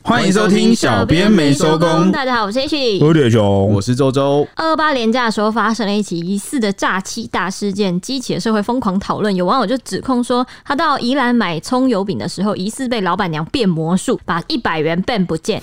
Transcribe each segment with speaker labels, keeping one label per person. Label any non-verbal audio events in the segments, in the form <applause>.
Speaker 1: 欢迎收听小编没收工
Speaker 2: 大家好，我是 H。
Speaker 1: 有点熊
Speaker 3: 我是周周，
Speaker 2: 二八廉假的时候发生了一起疑似的诈欺大事件，激起了社会疯狂讨论。有网友就指控说，他到宜兰买葱油饼的时候，疑似被老板娘变魔术，把一百元变
Speaker 1: <laughs>
Speaker 2: 不见，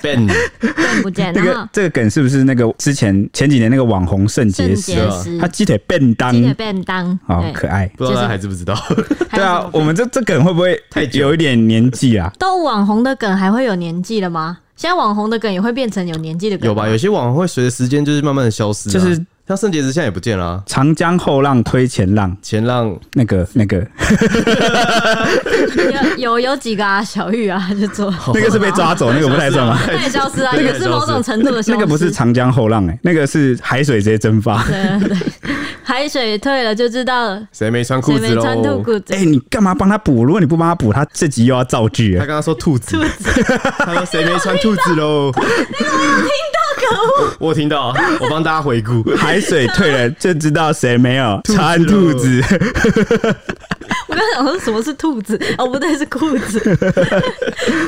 Speaker 3: Ben
Speaker 2: 变不见，
Speaker 1: 这
Speaker 2: 然
Speaker 1: 个
Speaker 2: 后
Speaker 1: 这个梗是不是那个之前前几年那个网红肾结
Speaker 2: 肾
Speaker 1: 石
Speaker 2: 结
Speaker 1: 啊？
Speaker 2: 石
Speaker 1: 他，鸡腿便当
Speaker 2: 鸡，腿便当，
Speaker 1: 好 <laughs>
Speaker 2: 对，
Speaker 1: 可爱。
Speaker 3: 不知道大家还知不知道？ <laughs>
Speaker 2: 还
Speaker 1: 对
Speaker 2: 有什
Speaker 1: 啊
Speaker 2: 么，
Speaker 1: 我们这这梗会不会
Speaker 3: 太久
Speaker 1: 有一点年纪啊？
Speaker 2: 都网红的梗还会有年纪了吗？现在网红的梗也会变成有年纪的梗，
Speaker 3: 有吧？有？些网红会随着时间就是慢慢的消失啊，
Speaker 1: 就是
Speaker 3: 像圣洁石现在也不见了啊，
Speaker 1: 长江后浪推前浪，
Speaker 3: 前浪
Speaker 1: 那个那个
Speaker 3: 哦
Speaker 2: 有有有几个啊，小玉啊，就做。
Speaker 1: 那个是被抓走，那个不太算吧？
Speaker 2: 那也消失
Speaker 1: <laughs>
Speaker 2: 啊，也是某种程度的消
Speaker 1: 那
Speaker 2: 失。
Speaker 1: 个不是长江后浪哎、那个是海水直接蒸发。
Speaker 2: 对对对，海水退了就知道了，
Speaker 3: 谁没穿
Speaker 2: 谁
Speaker 3: 裤子
Speaker 2: 没穿
Speaker 3: 喽
Speaker 2: 兔？裤
Speaker 1: <laughs>
Speaker 2: 子
Speaker 1: 哎、？你干嘛帮他补？如果你不帮他补，他这集又要造句
Speaker 3: 他 <laughs>
Speaker 1: 了。
Speaker 3: 刚刚说兔子， <laughs> 他说谁没穿兔子喽？听到可恶！我听到，啊我帮大家回顾。
Speaker 1: 海水退了就知道谁没
Speaker 3: <laughs>
Speaker 1: 有穿兔子。
Speaker 2: <laughs> 我刚想说什么是兔子，哦不对，是裤子。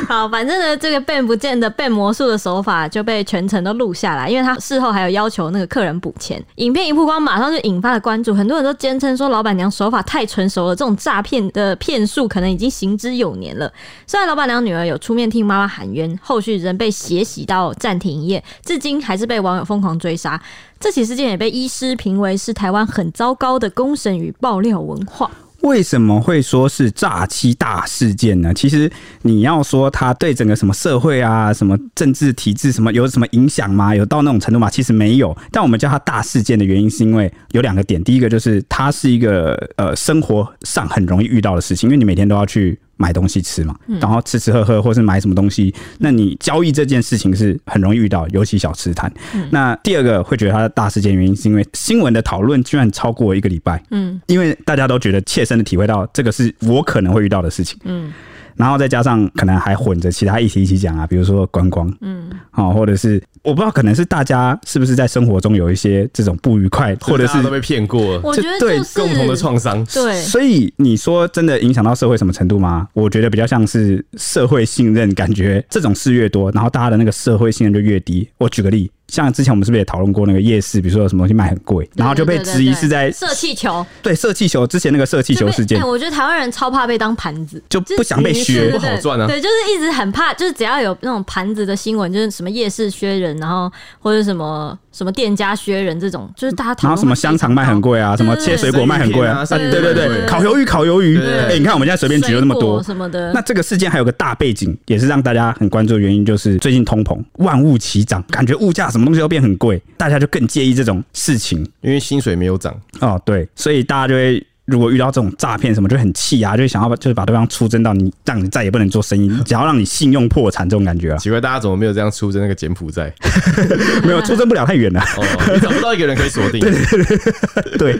Speaker 2: 好，反正呢，这个变不见的变魔术的手法就被全程都录下来，因为他事后还有要求那个客人补钱。影片一曝光，马上就引发了关注，很多人都坚称说老板娘手法太纯熟了，这种诈骗的骗术可能已经行之有年了。虽然老板娘女儿有出面替妈妈喊冤，后续仍被血洗到暂停营业，至今还是被网友疯狂追杀。这起事件也被医师评为是台湾很糟糕的公审与爆料文化。
Speaker 1: 为什么会说是诈欺大事件呢？其实你要说它对整个什么社会啊、什么政治体制什么有什么影响吗？有到那种程度吗？其实没有。但我们叫它大事件的原因，是因为有两个点。第一个就是它是一个呃生活上很容易遇到的事情，因为你每天都要去。买东西吃嘛，然后吃吃喝喝，或是买什么东西，那你交易这件事情是很容易遇到，尤其小吃摊。那第二个会觉得它的大事件原因，是因为新闻的讨论居然超过一个礼拜，
Speaker 2: 嗯，
Speaker 1: 因为大家都觉得切身的体会到这个是我可能会遇到的事情，
Speaker 2: 嗯，
Speaker 1: 然后再加上可能还混着其他议题一起讲啊，比如说观光，嗯，哦，或者是我不知道，可能是大家是不是在生活中有一些这种不愉快，或者
Speaker 3: 大家都
Speaker 1: 是
Speaker 3: 被骗过了，
Speaker 2: 我觉得
Speaker 1: 对
Speaker 2: 就是
Speaker 3: 共同的创伤。
Speaker 2: 对，
Speaker 1: 所以你说真的影响到社会什么程度吗？我觉得比较像是社会信任，感觉这种事越多，然后大家的那个社会信任就越低。我举个例，像之前我们是不是也讨论过那个夜市，比如说有什么东西卖很贵，然后就被
Speaker 2: 对对对
Speaker 1: 质疑
Speaker 2: 对
Speaker 1: 是在
Speaker 2: 射气球，
Speaker 1: 对射气球之前那个射气球
Speaker 2: 就被
Speaker 1: 事件
Speaker 2: 哎，我觉得台湾人超怕被当盘子。
Speaker 1: 就
Speaker 2: 就是
Speaker 1: 不想被
Speaker 2: 对
Speaker 1: 削
Speaker 2: 对对。
Speaker 3: 不好赚啊
Speaker 2: 对，就是一直很怕，就是只要有那种盘子的新闻，就是什么夜市削人，然后或者什么什么店家削人这种，就是大家讨
Speaker 1: 然
Speaker 2: 论
Speaker 1: 后什么香肠卖很贵啊，什么切水果卖很贵啊，啊
Speaker 3: 生鱼片啊
Speaker 1: 对对
Speaker 2: 生
Speaker 1: 对，
Speaker 2: 鱼片
Speaker 1: 烤鱿鱼烤鱿鱼，
Speaker 3: 对
Speaker 1: 哎，你看我们现在随便举了那么
Speaker 2: 水
Speaker 1: 多
Speaker 2: 果。什么的，
Speaker 1: 那这个事件还有个大背景，也是让大家很关注的原因，就是最近通膨，万物齐涨，感觉物价什么东西都变很贵，大家就更介意这种事情
Speaker 3: 因为薪水没有涨，
Speaker 1: 哦。对，所以大家就会如果遇到这种诈骗什么，就很气啊，就想要把就是把对方出征到你，让你再也不能做生意，只要让你信用破产这种感觉啊，
Speaker 3: 奇怪大家怎么没有这样出征那个柬埔寨？
Speaker 1: 没有出征不了太远了。 <laughs>
Speaker 3: 哦，你找不到一个人可以 <laughs> 锁定。
Speaker 1: 对，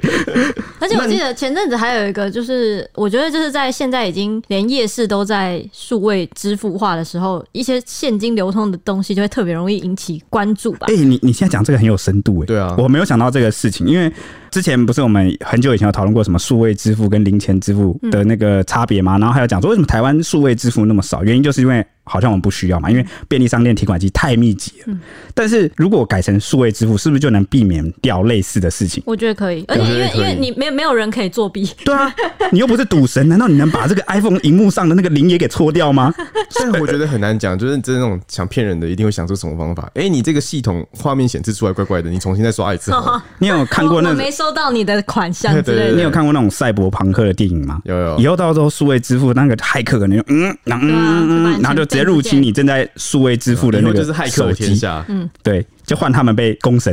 Speaker 2: 而且我记得前阵子还有一个，就是我觉得就是在现在已经连夜市都在数位支付化的时候，一些现金流通的东西就会特别容易引起关注吧？
Speaker 1: 哎、。你你现在讲这个很有深度哎、
Speaker 3: 对啊
Speaker 1: 我没有想到这个事情，因为之前不是我们很久以前有讨论过什么数位支付跟零钱支付的那个差别嘛，然后还有讲说为什么台湾数位支付那么少，原因就是因为好像我们不需要嘛，因为便利商店提款机太密集了。但是如果改成数位支付，是不是就能避免掉类似的事情
Speaker 2: 我觉得可以，而且
Speaker 3: 我觉
Speaker 2: 因
Speaker 3: 得
Speaker 2: 为
Speaker 3: 可以
Speaker 2: 因为你没有没有人可以作弊，
Speaker 1: 对啊，你又不是赌神，难道你能把这个 iPhone 荧幕上的那个零也给戳掉吗？
Speaker 3: 但我觉得很难讲，就是真的那种想骗人的，一定会想出什么方法。哎、你这个系统画面显示出来怪怪的，你重新再刷
Speaker 2: <laughs>
Speaker 3: 一次好了。
Speaker 1: 你有看过
Speaker 2: 哦我
Speaker 1: 那
Speaker 2: 我没收到你的款项之类
Speaker 3: 对
Speaker 2: 的
Speaker 1: 你。有看过那种赛博朋克的电影吗？
Speaker 3: 有有
Speaker 1: 以后到时候数位支付那个骇客可能就嗯，然后嗯，
Speaker 2: 对啊
Speaker 1: 嗯然后就直接入侵你正在数位支付的
Speaker 3: 以
Speaker 1: 那
Speaker 3: 后
Speaker 1: 个
Speaker 3: 就是骇
Speaker 1: 手
Speaker 3: 客
Speaker 1: 机
Speaker 3: 天，下。
Speaker 1: 对，就换他们被公
Speaker 3: <laughs>
Speaker 1: 审。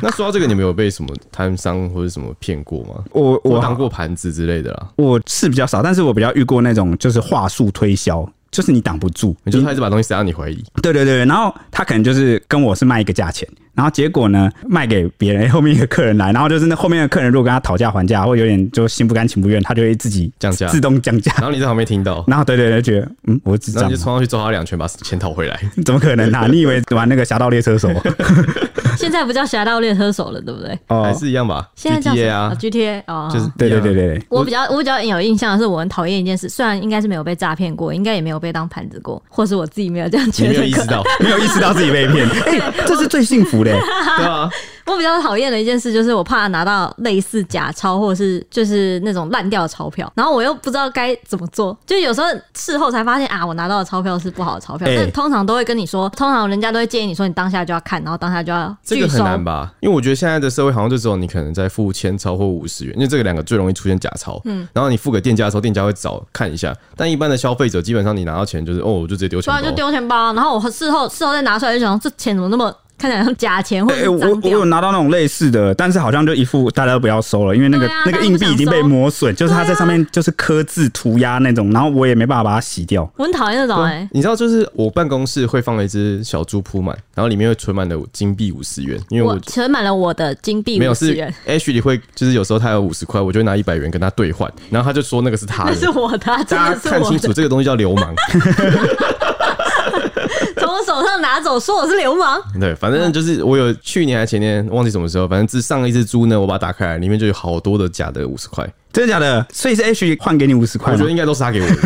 Speaker 3: 那说到这个，你们有被什么摊商或者什么骗过吗？
Speaker 1: 我
Speaker 3: 我当
Speaker 1: 我
Speaker 3: 过盘子之类的啦，
Speaker 1: 我是比较少，但是我比较遇过那种就是话术推销，就是你挡不住，
Speaker 3: 你就是还是把东西塞到你怀疑，
Speaker 1: 对对对，然后他可能就是跟我是卖一个价钱，然后结果呢卖给别人，后面一个客人来， <laughs> 然后就是那后面的客人如果跟他讨价还价，或有点就心不甘情不愿，他就会自己
Speaker 3: 降价
Speaker 1: 自动降价。
Speaker 3: <laughs> 然后你在旁边听到，
Speaker 1: 然后对对对，觉得嗯，我智
Speaker 3: 然
Speaker 1: 障吗
Speaker 3: 后你就，冲上去揍他两拳，把钱讨回来。
Speaker 1: <laughs> 怎么可能
Speaker 3: <laughs>
Speaker 1: 啊？你以为玩那个侠盗猎车手？
Speaker 2: 现在不叫侠盗猎车手了，对不对？
Speaker 1: 哦
Speaker 3: 还是一样吧
Speaker 2: 现在叫什
Speaker 3: ，GTA
Speaker 2: 么
Speaker 3: 啊，
Speaker 2: ，GTA 哦，
Speaker 3: 就是
Speaker 1: 对对对
Speaker 3: 一样啊，
Speaker 1: 对对，
Speaker 2: 我比较我比较有印象的是，我很讨厌一件事，虽然应该是没有被诈骗过，应该也没有被当盘子过，或是我自己没有这样
Speaker 3: 你
Speaker 2: 觉
Speaker 3: 没有
Speaker 2: 得
Speaker 3: 意
Speaker 2: 过
Speaker 3: 识。到，
Speaker 1: 没有意识到自己被
Speaker 2: <laughs>
Speaker 1: 骗，哎、这是最幸福的、
Speaker 3: 对啊，
Speaker 2: 我比较讨厌的一件事就是我怕拿到类似假钞或者是就是那种烂掉的钞票，然后我又不知道该怎么做，就有时候事后才发现啊，我拿到的钞票是不好的钞票，
Speaker 1: 哎
Speaker 2: 但通常都会跟你说，通常人家都会建议你说你当下就要看，然后当下就要
Speaker 3: 这
Speaker 2: 拒
Speaker 3: 个很
Speaker 2: 收。
Speaker 3: 难吧？因为我觉得现在的社会好像就只有你可能在付千钞或五十元，因为这个两个最容易出现假钞。嗯，然后你付给店家的时候，店家会找看一下，但一般的消费者基本上你拿到钱就是哦，我就直接丢钱
Speaker 2: 对啊，
Speaker 3: 包
Speaker 2: 就。丢钱包，然后我事后事后再拿出来就想，这钱怎么那么看起来像假
Speaker 3: <laughs>
Speaker 2: 钱或者
Speaker 1: 哎、
Speaker 2: 是
Speaker 1: 我
Speaker 2: 脏
Speaker 1: 我
Speaker 2: 掉
Speaker 1: 有？拿到那种类似的，但是好像就一副大家都不要收了，因为那个、
Speaker 2: 对啊
Speaker 1: 那个硬币已经被磨损，就是它
Speaker 2: 对
Speaker 1: 在
Speaker 2: 啊
Speaker 1: 上面就是刻字涂鸦那种，然后我也没办法把它洗掉。
Speaker 2: 我很讨厌那种哎、
Speaker 3: 啊你知道，就是我办公室会放了一只小猪铺满，然后里面会存满了金币五十元，因为
Speaker 2: 我
Speaker 3: 我
Speaker 2: 存满了我的金币
Speaker 3: 没有
Speaker 2: 五
Speaker 3: 是
Speaker 2: 十元，
Speaker 3: H 里会，就是有时候他有五十块，我就会拿一百元跟他兑换，然后他就说那个是他
Speaker 2: <laughs> 那
Speaker 3: 的。
Speaker 2: 是我的啊，真
Speaker 3: 大
Speaker 2: 的
Speaker 3: 家
Speaker 2: 是
Speaker 3: 看
Speaker 2: 我
Speaker 3: 清
Speaker 2: 的，
Speaker 3: 楚，这个东西叫流氓。
Speaker 2: <laughs> 从我手上拿走，说我是流氓。
Speaker 3: 对，反
Speaker 2: 嗯
Speaker 3: 正就是我有去年还前年忘记什么时候，反正自上一只猪呢，我把它打开来，里面就有好多的假的五十块，
Speaker 1: 真的假的？所以是 H 换给你五十块
Speaker 3: 我觉
Speaker 1: 吗
Speaker 3: 得？应该都是他给我
Speaker 2: <laughs>
Speaker 3: 的。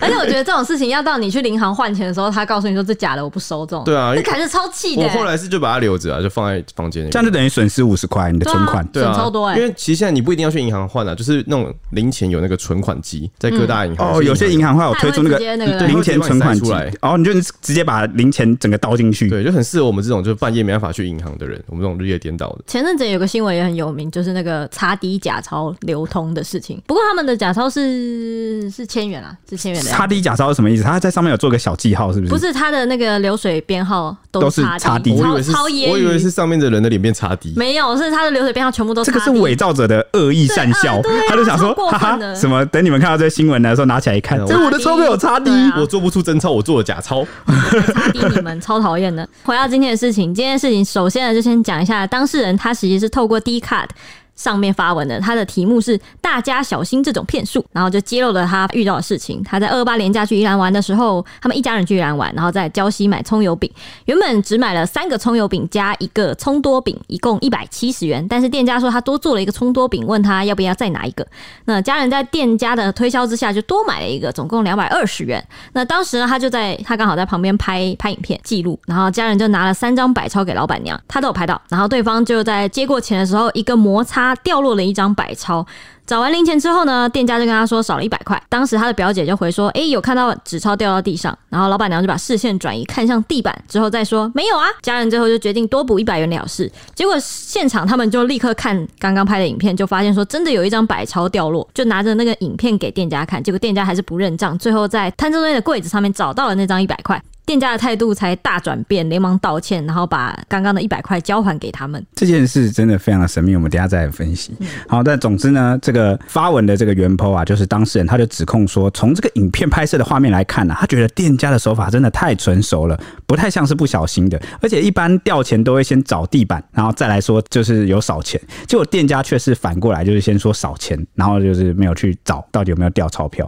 Speaker 2: 而且我觉得这种事情要到你去银行换钱的时候，他告诉你说这假的，我不收这种，
Speaker 3: 对啊
Speaker 2: 那感觉超气的、
Speaker 3: 我后来是就把它留着啊，就放在房间里面。
Speaker 1: 这样就等于损失五十块你的
Speaker 2: 对啊
Speaker 1: 存款。
Speaker 3: 对啊，
Speaker 2: 省超多欸
Speaker 3: 因为其实现在你不一定要去银行换啊，就是那种零钱有那个存款机，在各
Speaker 2: 嗯
Speaker 3: 大银行、
Speaker 1: 哦，有些银行会有推出那个
Speaker 2: 它也会直接那个
Speaker 1: 零钱存款机
Speaker 3: 对它会直接帮你塞，
Speaker 1: 哦，你就直接把零钱整个倒进去。
Speaker 3: 对就很适合我们这种就是半夜没办法去银行的人，我们这种日夜颠倒的。
Speaker 2: 前阵子有个新闻也很有名，就是那个擦低假钞流通的事情。不过他们的假钞是是千元啊，是千元的呀，
Speaker 1: 擦低假钞是什么意思？它在上面有做个小记号，是不是？
Speaker 2: 不是他的那个流水编号
Speaker 1: 都
Speaker 2: 都
Speaker 1: 是
Speaker 2: 擦
Speaker 1: 擦低
Speaker 2: 低，
Speaker 3: 我以
Speaker 2: 超
Speaker 3: 为是
Speaker 2: 超，揶
Speaker 3: 我以
Speaker 2: 揄
Speaker 3: 为是上面的人的脸变差低。
Speaker 2: 没有，是他的流水编号全部都
Speaker 1: 这
Speaker 2: 擦低
Speaker 1: 个是伪造者的恶意善笑，
Speaker 2: 对啊对啊
Speaker 1: 他就想说
Speaker 2: 超，过
Speaker 1: 哈
Speaker 2: 分
Speaker 1: 哈，
Speaker 2: 的
Speaker 1: 什么？等你们看到这个新闻的时候，拿起来一看，
Speaker 3: 对啊
Speaker 1: 这我的钞票有擦低
Speaker 2: 对，啊
Speaker 3: 我做不出真钞，我做了假钞。
Speaker 2: 擦低你们，超讨厌的。 <laughs> 回到今天的事情，今天的事情，首先呢，就先讲一下当事人，他实际是透过 D card 上面发文的，他的题目是“大家小心这种骗术”，然后就揭露了他遇到的事情。他在二八年假去宜兰玩的时候，他们一家人去宜兰玩，然后在礁溪买葱油饼，原本只买了三个葱油饼加一个葱多饼，一共一百七十元，但是店家说他多做了一个葱多饼，问他要不要再拿一个。那家人在店家的推销之下，就多买了一个，总共两百二十元。那当时呢，他就在他刚好在旁边拍拍影片记录，然后家人就拿了三张百钞给老板娘，他都有拍到。然后对方就在接过钱的时候，一个摩擦掉落了一张百钞。找完零钱之后呢，店家就跟他说少了一百块。当时他的表姐就回说：“诶，有看到纸钞掉到地上。”然后老板娘就把视线转移，看向地板，之后再说没有啊。家人最后就决定多补一百元了事。结果现场他们就立刻看刚刚拍的影片，就发现说真的有一张百钞掉落，就拿着那个影片给店家看，结果店家还是不认账，最后在摊中间的柜子上面找到了那张一百块。店家的态度才大转变，连忙道歉，然后把刚刚的一百块交还给他们。
Speaker 1: 这件事真的非常的神秘，我们等一下再来分析。好，但总之呢，这个发文的这个原 po 啊，就是当事人他就指控说，从这个影片拍摄的画面来看呢、啊，他觉得店家的手法真的太纯熟了，不太像是不小心的，而且一般掉钱都会先找地板，然后再来说就是有少钱，结果店家却是反过来，就是先说少钱，然后就是没有去找到底有没有掉钞票。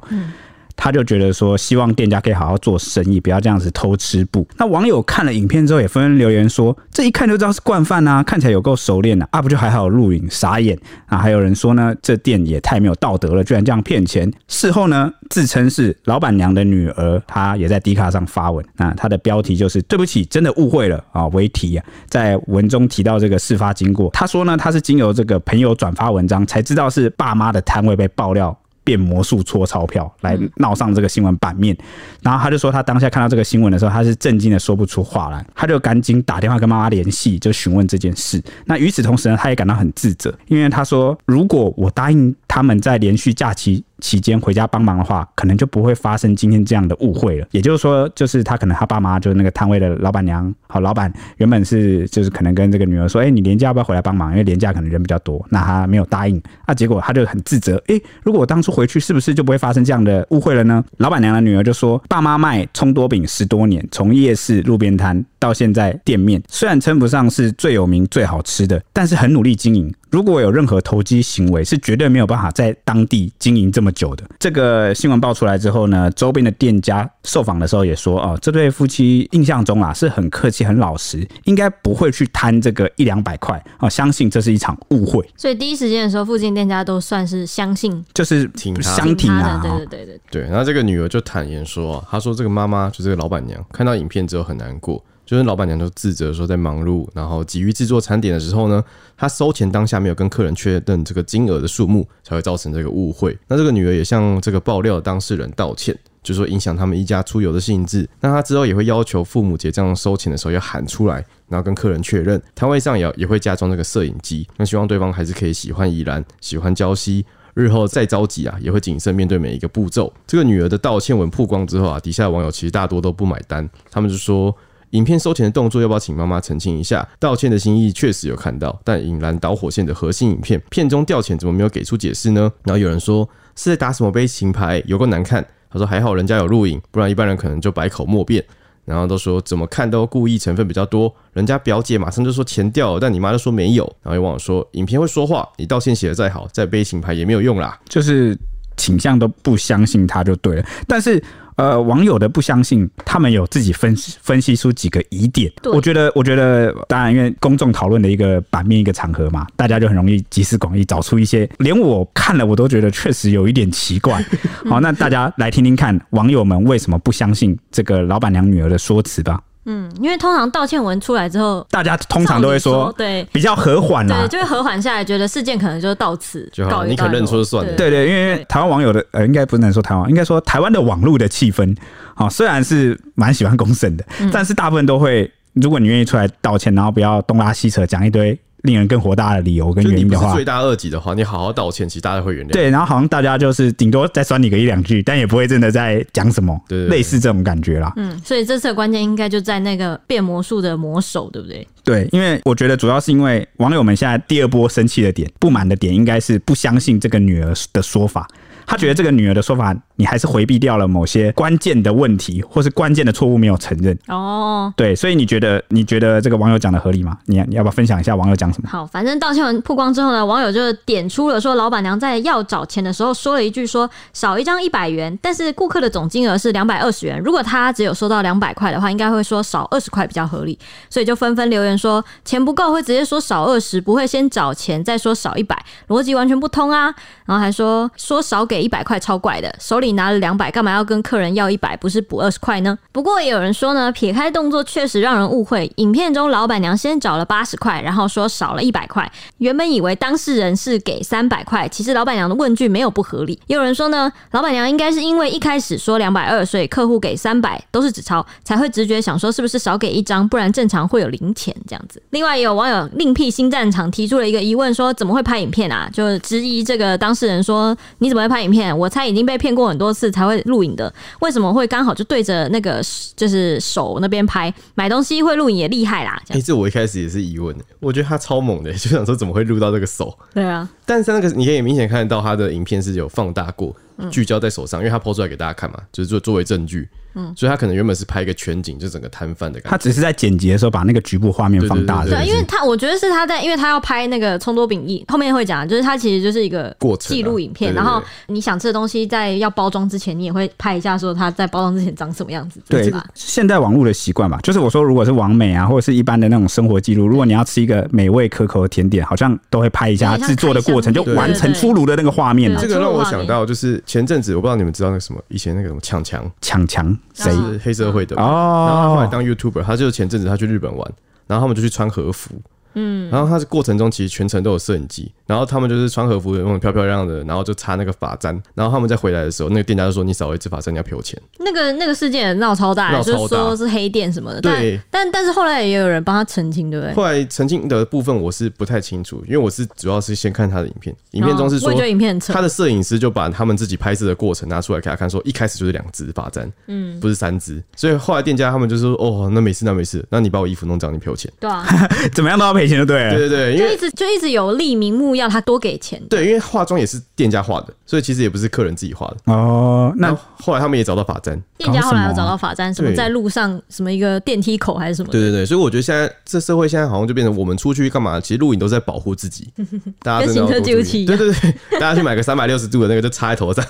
Speaker 1: 他就觉得说，希望店家可以好好做生意，不要这样子偷吃布。那网友看了影片之后，也纷纷留言说，这一看就知道是惯犯啊，看起来有够熟练的啊，不就还好有录影，傻眼啊！还有人说呢，这店也太没有道德了，居然这样骗钱。事后呢，自称是老板娘的女儿，她也在 D 卡上发文，那她的标题就是“对不起，真的误会了啊”，为题啊，在文中提到这个事发经过。她说呢，她是经由这个朋友转发文章才知道是爸妈的摊位被爆料变魔术搓钞票来闹上这个新闻版面。然后他就说，他当下看到这个新闻的时候，他是震惊的说不出话来，他就赶紧打电话跟妈妈联系，就询问这件事。那与此同时呢，他也感到很自责，因为他说，如果我答应他们在连续假期。期间回家帮忙的话，可能就不会发生今天这样的误会了。也就是说，就是他可能他爸妈就是那个摊位的老板娘，好老板原本是就是可能跟这个女儿说，哎、你廉价要不要回来帮忙？因为廉价可能人比较多，那他没有答应，啊，结果他就很自责，哎、如果我当初回去，是不是就不会发生这样的误会了呢？老板娘的女儿就说，爸妈卖葱多饼十多年，从夜市、路边摊到现在店面，虽然称不上是最有名、最好吃的，但是很努力经营。如如果有任何投机行为，是绝对没有办法在当地经营这么久的。这个新闻爆出来之后呢，周边的店家受访的时候也说，哦，这对夫妻印象中啊是很客气、很老实，应该不会去贪这个一两百块哦。相信这是一场误会，
Speaker 2: 所以第一时间的时候，附近店家都算是相信
Speaker 1: 就是
Speaker 3: 挺他
Speaker 1: 相挺啊
Speaker 2: 他，的，
Speaker 1: 哦
Speaker 2: 对对对对，
Speaker 3: 对，然后这个女儿就坦言说，她说这个妈妈就这个老板娘，看到影片之后很难过，就是老板娘就自责说在忙碌，然后急于制作餐点的时候呢，她收钱当下没有跟客人确认这个金额的数目，才会造成这个误会。那这个女儿也向这个爆料的当事人道歉。就说影响他们一家出游的兴致，那她之后也会要求父母结账收钱的时候要喊出来，然后跟客人确认。摊位上也要也会加装这个摄影机，那希望对方还是可以喜欢宜兰，喜欢礁溪，日后再着急啊，也会谨慎面对每一个步骤。这个女儿的道歉文曝光之后啊，底下网友其实大多都不买单，他们就说。影片收钱的动作要不要请妈妈澄清一下？道歉的心意确实有看到，但引燃导火线的核心影片片中调遣怎么没有给出解释呢？然后有人说是在打什么悲情牌，有够难看。他说还好人家有录影，不然一般人可能就百口莫辩。然后都说怎么看都故意成分比较多，人家表姐马上就说钱掉了，但你妈就说没有。然后有网友说影片会说话，你道歉写的再好，再悲情牌也没有用啦。
Speaker 1: 就是倾向都不相信他就对了。但是呃，网友的不相信，他们有自己分析分析出几个疑点。
Speaker 2: 对
Speaker 1: 我觉得，我觉得，当然，因为公众讨论的一个版面一个场合嘛，大家就很容易集思广益，找出一些连我看了我都觉得确实有一点奇
Speaker 2: <laughs>
Speaker 1: 怪。好，那大家来听听看，网友们为什么不相信这个老板娘女儿的说辞吧？
Speaker 2: 嗯，因为通常道歉文出来之后，
Speaker 1: 大家通常都会
Speaker 2: 照理
Speaker 1: 说
Speaker 2: 对。
Speaker 1: 比较和缓啦
Speaker 2: 对，，就会和缓下来，觉得事件可能就到此
Speaker 3: 就好
Speaker 2: 告一
Speaker 3: 你可
Speaker 2: 段落
Speaker 3: 认错就算了
Speaker 1: 对对，因为台湾网友的呃，应该不能说台湾，应该说台湾的网络的气氛，好、虽然是蛮喜欢公审的，但是大部分都会，如果你愿意出来道歉，然后不要东拉西扯，讲一堆令人更火大的理由跟
Speaker 3: 就
Speaker 1: 原
Speaker 3: 你
Speaker 1: 因
Speaker 3: 不
Speaker 1: 的
Speaker 3: 是
Speaker 1: 话
Speaker 3: 罪，大恶极的话，你好好道歉，其实大家会原谅。，
Speaker 1: 对，然后好像大家就是顶多再酸你个一两句，但也不会真的在讲什么，
Speaker 3: 对对对
Speaker 1: 类似这种感觉啦。
Speaker 2: 嗯，所以这次的关键应该就在那个变魔术的魔手，对不对？
Speaker 1: 对，因为我觉得主要是因为网友们现在第二波生气的点、不满的点，应该是不相信这个女儿的说法。他觉得这个女儿的说法，你还是回避掉了某些关键的问题，或是关键的错误没有承认。
Speaker 2: 哦，
Speaker 1: 对，所以你觉得你觉得这个网友讲的合理吗？你你要不要分享一下网友讲什么？
Speaker 2: 好，反正道歉文曝光之后呢，网友就点出了说，老板娘在要找钱的时候说了一句说少一张一百元，但是顾客的总金额是两百二十元，如果他只有收到两百块的话，应该会说少二十块比较合理，所以就纷纷留言说钱不够会直接说少二十，不会先找钱再说少一百，逻辑完全不通啊。然后还说说少给一百块超怪的，手里拿了两百，干嘛要跟客人要一百？不是补二十块呢？不过也有人说呢，撇开动作确实让人误会。影片中老板娘先找了八十块，然后说少了一百块，原本以为当事人是给三百块，其实老板娘的问句没有不合理。也有人说呢，老板娘应该是因为一开始说两百二，所以客户给三百都是纸钞，才会直觉想说是不是少给一张，不然正常会有零钱这样子。另外也有网友另辟新战场，提出了一个疑问说怎么会拍影片啊？就质疑这个当事人说你怎么会拍影片？我猜已经被骗过很多次才会录影的，为什么会刚好就对着那个就是手那边拍？买东西会录影也厉害啦，这
Speaker 3: 哎、
Speaker 2: 样
Speaker 3: 这我一开始也是疑问的，我觉得他超猛的，就想说怎么会录到这个手？
Speaker 2: 对啊，
Speaker 3: 但是那个你可以明显看得到他的影片是有放大过，
Speaker 1: 嗯
Speaker 3: 聚焦在手上，因为他抛出来给大家看嘛，就是作作为证据。嗯，所以他可能原本是拍一个全景，就整个摊贩的感
Speaker 1: 他
Speaker 3: 觉。
Speaker 1: 只是在剪辑的时候把那个局部画面放大
Speaker 3: 对
Speaker 1: 的，
Speaker 2: 对啊，因
Speaker 1: 是
Speaker 2: 为他我觉得是他在，因为他要拍那个葱多饼一，后面会讲，就是他其实就是一个
Speaker 3: 过程啊
Speaker 2: 记录影片，
Speaker 3: 对对
Speaker 2: 然后
Speaker 3: 对
Speaker 2: 你想吃的东西在要包装之前，你也会拍一下，说它在包装之前长什么样子，
Speaker 1: 对
Speaker 2: 是吧？
Speaker 1: 现在网络的习惯吧，就是我说，如果是网美啊，或者是一般的那种生活记录，如果你要吃一个美味可口的甜点，好像都会拍一下
Speaker 2: 有点
Speaker 1: 制
Speaker 2: 像
Speaker 1: 作的过程，就
Speaker 2: 开箱片
Speaker 1: 完成出炉的那个画面了
Speaker 2: 对
Speaker 3: 这
Speaker 2: 对。
Speaker 3: 个让我
Speaker 2: 这个画
Speaker 3: 想
Speaker 2: 面
Speaker 3: 到，就是前阵子我不知道你们知道那个什么，以前那个什么抢强，
Speaker 1: 抢强谁
Speaker 2: 嗯
Speaker 3: 是黑社会的嘛然后他后来
Speaker 1: 哦？
Speaker 3: 当 YouTuber，他就是前阵子他去日本玩，然后他们就去穿和服，嗯，然后他是过程中其实全程都有摄影机，然后他们就是穿和服弄得漂漂亮亮的，然后就插那个发簪，然后他们再回来的时候，那个店家就说你少了一只发簪，你要赔我钱。
Speaker 2: 那个那个事件也闹超大，
Speaker 3: 闹超
Speaker 2: 就
Speaker 3: 大
Speaker 2: 是说是黑店什么的，
Speaker 3: 对
Speaker 2: 但但但是后来也有人帮他澄清，对不对？
Speaker 3: 后来澄清的部分我是不太清楚，因为我是主要是先看他的影片，影片中是
Speaker 2: 哦
Speaker 3: 说
Speaker 2: 我也觉得影片很扯
Speaker 3: 他，的摄影师就把他们自己拍摄的过程拿出来给他看，说一开始就是两只发簪，嗯，不是三只，所以后来店家他们就说哦，那没事那没事，那你把我衣服弄脏，你赔我钱。
Speaker 2: 对啊，
Speaker 1: 怎么样都要赔赔钱就对了。
Speaker 3: 对对对，因
Speaker 2: 就
Speaker 3: 为
Speaker 2: 一直就一直有利名目要他多给钱。
Speaker 3: 对，因为化妆也是店家化的，所以其实也不是客人自己化的。
Speaker 1: 哦，那
Speaker 3: 然后后来他们也找到法簪，
Speaker 2: 店家后
Speaker 1: 搞什
Speaker 2: 来
Speaker 1: 么啊
Speaker 2: 又找到法簪，什么
Speaker 3: 对
Speaker 2: 在路上什么一个电梯口还是什么的，
Speaker 3: 对对对，所以我觉得现在这社会现在好像就变成我们出去干嘛，其实录影都是在保护自 <laughs> 己，大家真的要
Speaker 2: 跟行车
Speaker 3: 多
Speaker 2: 记录
Speaker 3: 注意
Speaker 2: 器一
Speaker 3: 对
Speaker 2: 样
Speaker 3: 对对，大家去买个三百六十度的那个就插在头上，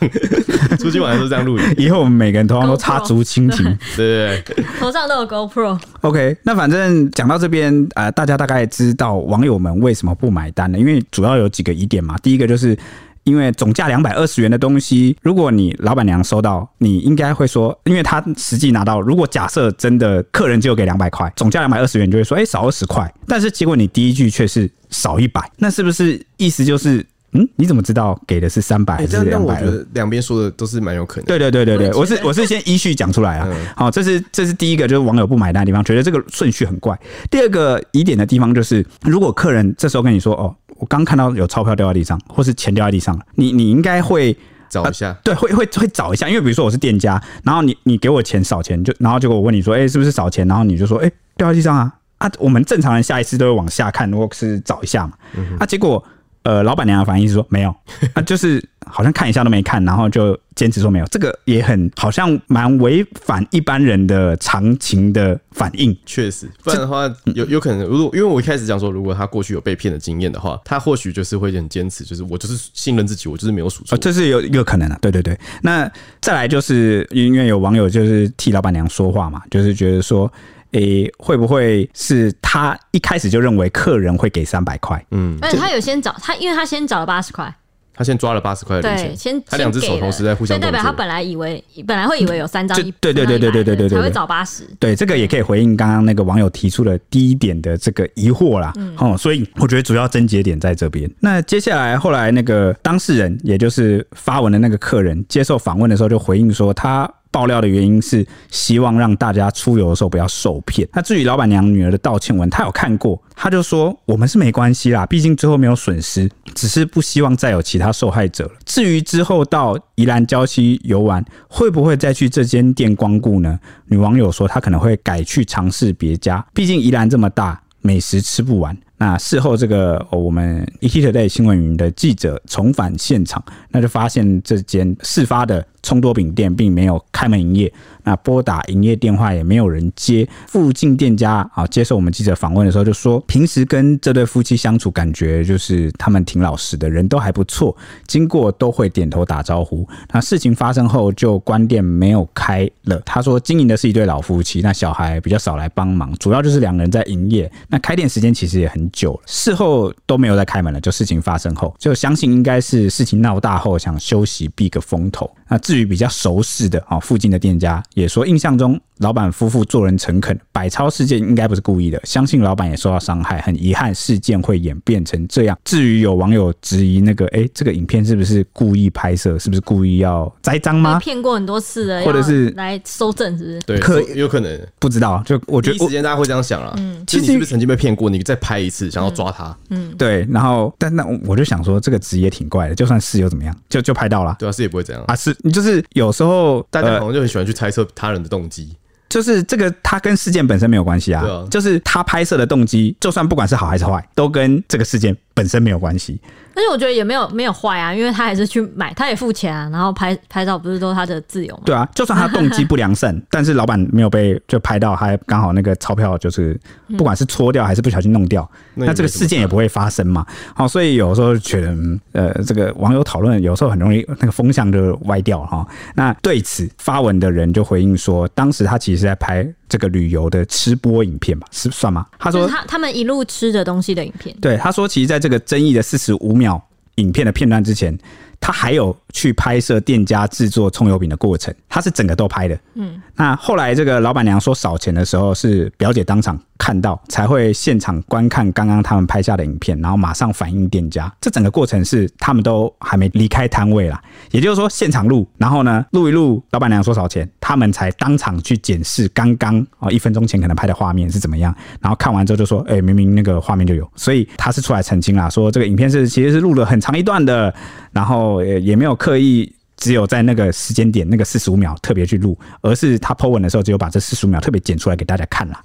Speaker 3: 出去玩都是这样 <laughs> 录影，
Speaker 1: 以后我们每个人头上都插
Speaker 2: GoPro
Speaker 1: 竹蜻蜓。
Speaker 3: 对对对，
Speaker 2: 头上都有 GoPro。
Speaker 1: OK，那反正讲到这边，呃，大家大概知道网友们为什么不买单了，因为主要有几个疑点嘛。第一个就是。因为总价两百二十元的东西，如果你老板娘收到，你应该会说，嗯因为她实际拿到，如果假设真的客人只有给两百块，总价两百二十元，你就会说，哎、少二十块。但是结果你第一句却是少一百，那是不是意思就是，嗯，你怎么知道给的是三百还
Speaker 3: 哎这
Speaker 1: 是
Speaker 3: 样让
Speaker 1: 两
Speaker 3: 我
Speaker 1: 百
Speaker 3: 觉
Speaker 1: 二？
Speaker 3: 得两边说的都是蛮有可能的。
Speaker 1: 对对对对对，
Speaker 2: 我
Speaker 1: 我
Speaker 2: 也觉
Speaker 1: 是
Speaker 2: 得
Speaker 1: 我是先依序讲出来啊
Speaker 3: 嗯。
Speaker 1: 好、这是这是第一个，就是网友不买单的地方，觉得这个顺序很怪。第二个疑点的地方就是，如果客人这时候跟你说：“哦，我刚看到有钞票掉在地上，或是钱掉在地上了”，你你应该会。
Speaker 3: 找一下，
Speaker 1: 对，会会会找一下，因为比如说我是店家，然后你你给我钱少钱，就然后结果我问你说，哎、是不是少钱？然后你就说，哎、掉在地上啊啊！我们正常人下意识都会往下看，或是找一下嘛。啊，结果呃，老板娘的反应是说没有，啊，就是好像看一下都没看，然后就坚持说没有，这个也很好像蛮违反一般人的常情的反应。
Speaker 3: 确实，不然的话有有可能，如果因为我一开始讲说，如果他过去有被骗的经验的话，他或许就是会很坚持，就是我就是信任自己，我就是没有数
Speaker 1: 啊，
Speaker 3: 错。
Speaker 1: 这是有一个可能啊，对对对。那再来就是因为有网友就是替老板娘说话嘛，就是觉得说，诶、会不会是他一开始就认为客人会给三百块？
Speaker 3: 嗯，
Speaker 2: 而且他有先找他，因为他先找了八十块，
Speaker 3: 他先抓了八十块的零
Speaker 2: 对，
Speaker 3: 钱，
Speaker 2: 先
Speaker 3: 他两只手同时在互
Speaker 2: 所
Speaker 3: 相
Speaker 2: 以代表他
Speaker 3: 动作
Speaker 2: 本来以为本来会以为有三张
Speaker 1: 这
Speaker 2: 一，
Speaker 1: 对对对对对对对对
Speaker 2: 才会
Speaker 1: 对
Speaker 2: 找八十。
Speaker 1: 对，这个也可以回应刚刚那个网友提出的第一点的这个疑惑啦。哦、所以我觉得主要症结点在这边。那接下来后来那个当事人，也就是发文的那个客人，接受访问的时候就回应说他。爆料的原因是希望让大家出游的时候不要受骗。那至于老板娘女儿的道歉文，她有看过，她就说我们是没关系啦，毕竟最后没有损失，只是不希望再有其他受害者了。至于之后到宜兰礁溪游玩，会不会再去这间店光顾呢？女网友说她可能会改去尝试别家，毕竟宜兰这么大，美食吃不完。那事后，这个、哦、我们 ETtoday 新闻云的记者重返现场，那就发现这间事发的葱多饼店并没有开门营业，那拨打营业电话也没有人接。附近店家啊，接受我们记者访问的时候就说，平时跟这对夫妻相处，感觉就是他们挺老实的，人都还不错，经过都会点头打招呼。那事情发生后就关店没有开了。他说经营的是一对老夫妻，那小孩比较少来帮忙，主要就是两个人在营业。那开店时间其实也很久了，事后都没有再开门了。就事情发生后，就相信应该是事情闹大后想休息避个风头。那至于比较熟识的啊、哦附近的店家也说，印象中老板夫妇做人诚恳，百超事件应该不是故意的，相信老板也受到伤害，很遗憾事件会演变成这样。至于有网友质疑那个，哎、这个影片是不是故意拍摄，是不是故意要栽赃
Speaker 2: 被
Speaker 1: 吗？
Speaker 2: 骗过很多次的，
Speaker 1: 或者是
Speaker 2: 要来收证，是不是？
Speaker 3: 对，
Speaker 1: 可
Speaker 3: 有有可能。
Speaker 1: 不知道，就我
Speaker 3: 第
Speaker 1: 觉得
Speaker 3: 一时
Speaker 1: 我
Speaker 3: 间大家会这样想啦，其实
Speaker 1: 其实嗯
Speaker 3: 你是不是曾经被骗过？你再拍一次，想要抓他，
Speaker 1: 对，然后但那我我就想说，这个职业挺怪的，就算是又怎么样，就就拍到了。
Speaker 3: 对啊，是也不会这样。
Speaker 1: 啊，是，就是有时候
Speaker 3: 大家
Speaker 1: 呃
Speaker 3: 好像就很喜欢去猜测他人的动机，
Speaker 1: 就是这个，它跟事件本身没有关系啊。
Speaker 3: 对啊
Speaker 1: 就是他拍摄的动机，就算不管是好还是坏，都跟这个事件本身没有关系。
Speaker 2: 而且我觉得也没有没有坏啊，因为他还是去买，他也付钱啊，然后拍拍照不是都是他的自由吗？
Speaker 1: 对啊，就算他动机不良善， <laughs> 但是老板没有被就拍到，还刚好那个钞票就是不管是戳掉还是不小心弄掉，
Speaker 3: 那也
Speaker 1: 那这个
Speaker 3: 没什么
Speaker 1: 事件也不会发生嘛。好、所以有时候就觉得，嗯呃，这个网友讨论有时候很容易那个风向就歪掉了哈、那对此发文的人就回应说，当时他其实是在拍这个旅游的吃播影片吧，是算吗？他
Speaker 2: 就
Speaker 1: 说
Speaker 2: 是他他们一路吃的东西的影片，
Speaker 1: 对，他说其实在这个争议的四十五秒影片的片段之前，他还有去拍摄店家制作葱油饼的过程，他是整个都拍的。嗯，那后来这个老板娘说少钱的时候，是表姐当场看到，才会现场观看刚刚他们拍下的影片，然后马上反映店家。这整个过程是他们都还没离开摊位啦，也就是说现场录，然后呢录一录，老板娘说少钱，他们才当场去检视刚刚哦一分钟前可能拍的画面是怎么样，然后看完之后就说，哎、明明那个画面就有，所以他是出来澄清啦，说这个影片是其实是录了很长一段的，然后也也没有刻意。只有在那个时间点，那个四十五秒特别去录，而是他 Po 文的时候，只有把这四十五秒特别剪出来给大家看啦。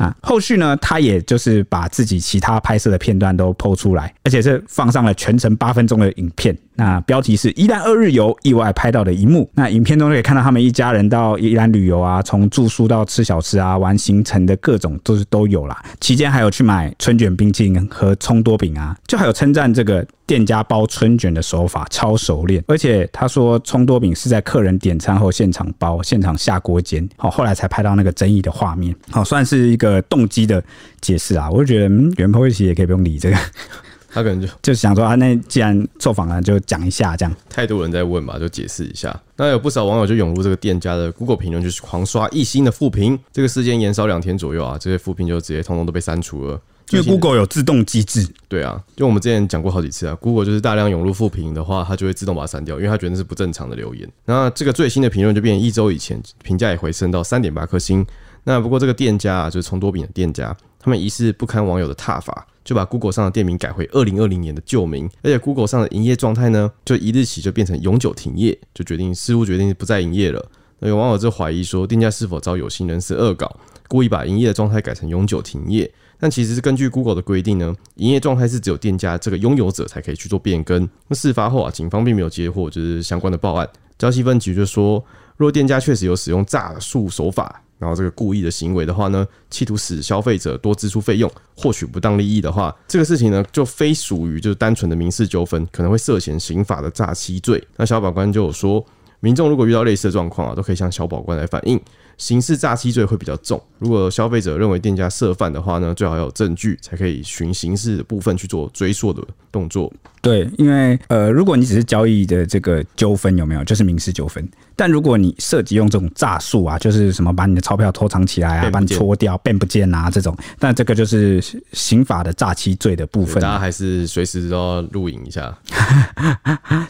Speaker 1: 啊，后续呢，他也就是把自己其他拍摄的片段都剖出来，而且是放上了全程八分钟的影片。那标题是“宜兰二日游意外拍到的一幕”。那影片中就可以看到他们一家人到宜兰旅游啊，从住宿到吃小吃啊，玩行程的各种都是都有啦。期间还有去买春卷冰淇淋和葱多饼啊，就还有称赞这个店家包春卷的手法超熟练，而且他说葱多饼是在客人点餐后现场包，现场下锅煎。好，后来才拍到那个争议的画面。好，算是一个动机的解释啊。我就觉得，嗯，原 po 其实也可以不用理这个，
Speaker 3: 他可能就
Speaker 1: 就是想说啊，那既然受访了，就讲一下这样。
Speaker 3: 太多人在问吧，就解释一下。那有不少网友就涌入这个店家的 Google 评论，就是狂刷一星的负评。这个事件延烧两天左右啊，这些负评就直接通通都被删除了。
Speaker 1: 因为
Speaker 3: 最新的
Speaker 1: Google 有自动机制，
Speaker 3: 对啊，就我们之前讲过好几次啊，Google 就是大量涌入负评的话，它就会自动把它删掉，因为它觉得那是不正常的留言。那这个最新的评论就变成一周以前评价也回升到三点八颗星。那不过这个店家啊，就是葱多饼的店家，他们疑似不堪网友的挞伐，就把 Google 上的店名改回二零二零年的旧名，而且 Google 上的营业状态呢，就一日起就变成永久停业，就决定似乎决定不再营业了。那有网友就怀疑说，店家是否遭有心人士恶搞，故意把营业的状态改成永久停业。但其实是根据 Google 的规定呢，营业状态是只有店家这个拥有者才可以去做变更。那事发后啊，警方并没有接获就是相关的报案。江西分局就说，若店家确实有使用诈术手法，然后这个故意的行为的话呢，企图使消费者多支出费用，获取不当利益的话，这个事情呢就非属于就是单纯的民事纠纷，可能会涉嫌刑法的诈欺罪。那小法官就有说，民众如果遇到类似的状况啊，都可以向小保官来反映。刑事诈欺罪会比较重。如果消费者认为店家涉犯的话呢，最好要有证据，才可以循刑事的部分去做追溯的动作。
Speaker 1: 对，因为呃，如果你只是交易的这个纠纷有没有，就是民事纠纷；但如果你涉及用这种诈术啊，就是什么把你的钞票偷藏起来啊，
Speaker 3: 变不
Speaker 1: 把
Speaker 3: 见
Speaker 1: 你搓掉、变不见啊这种，那这个就是刑法的诈欺罪的部
Speaker 3: 对
Speaker 1: 分、
Speaker 3: 大家
Speaker 1: 啊。
Speaker 3: 还是随时都要录影
Speaker 1: <laughs>
Speaker 3: 一下，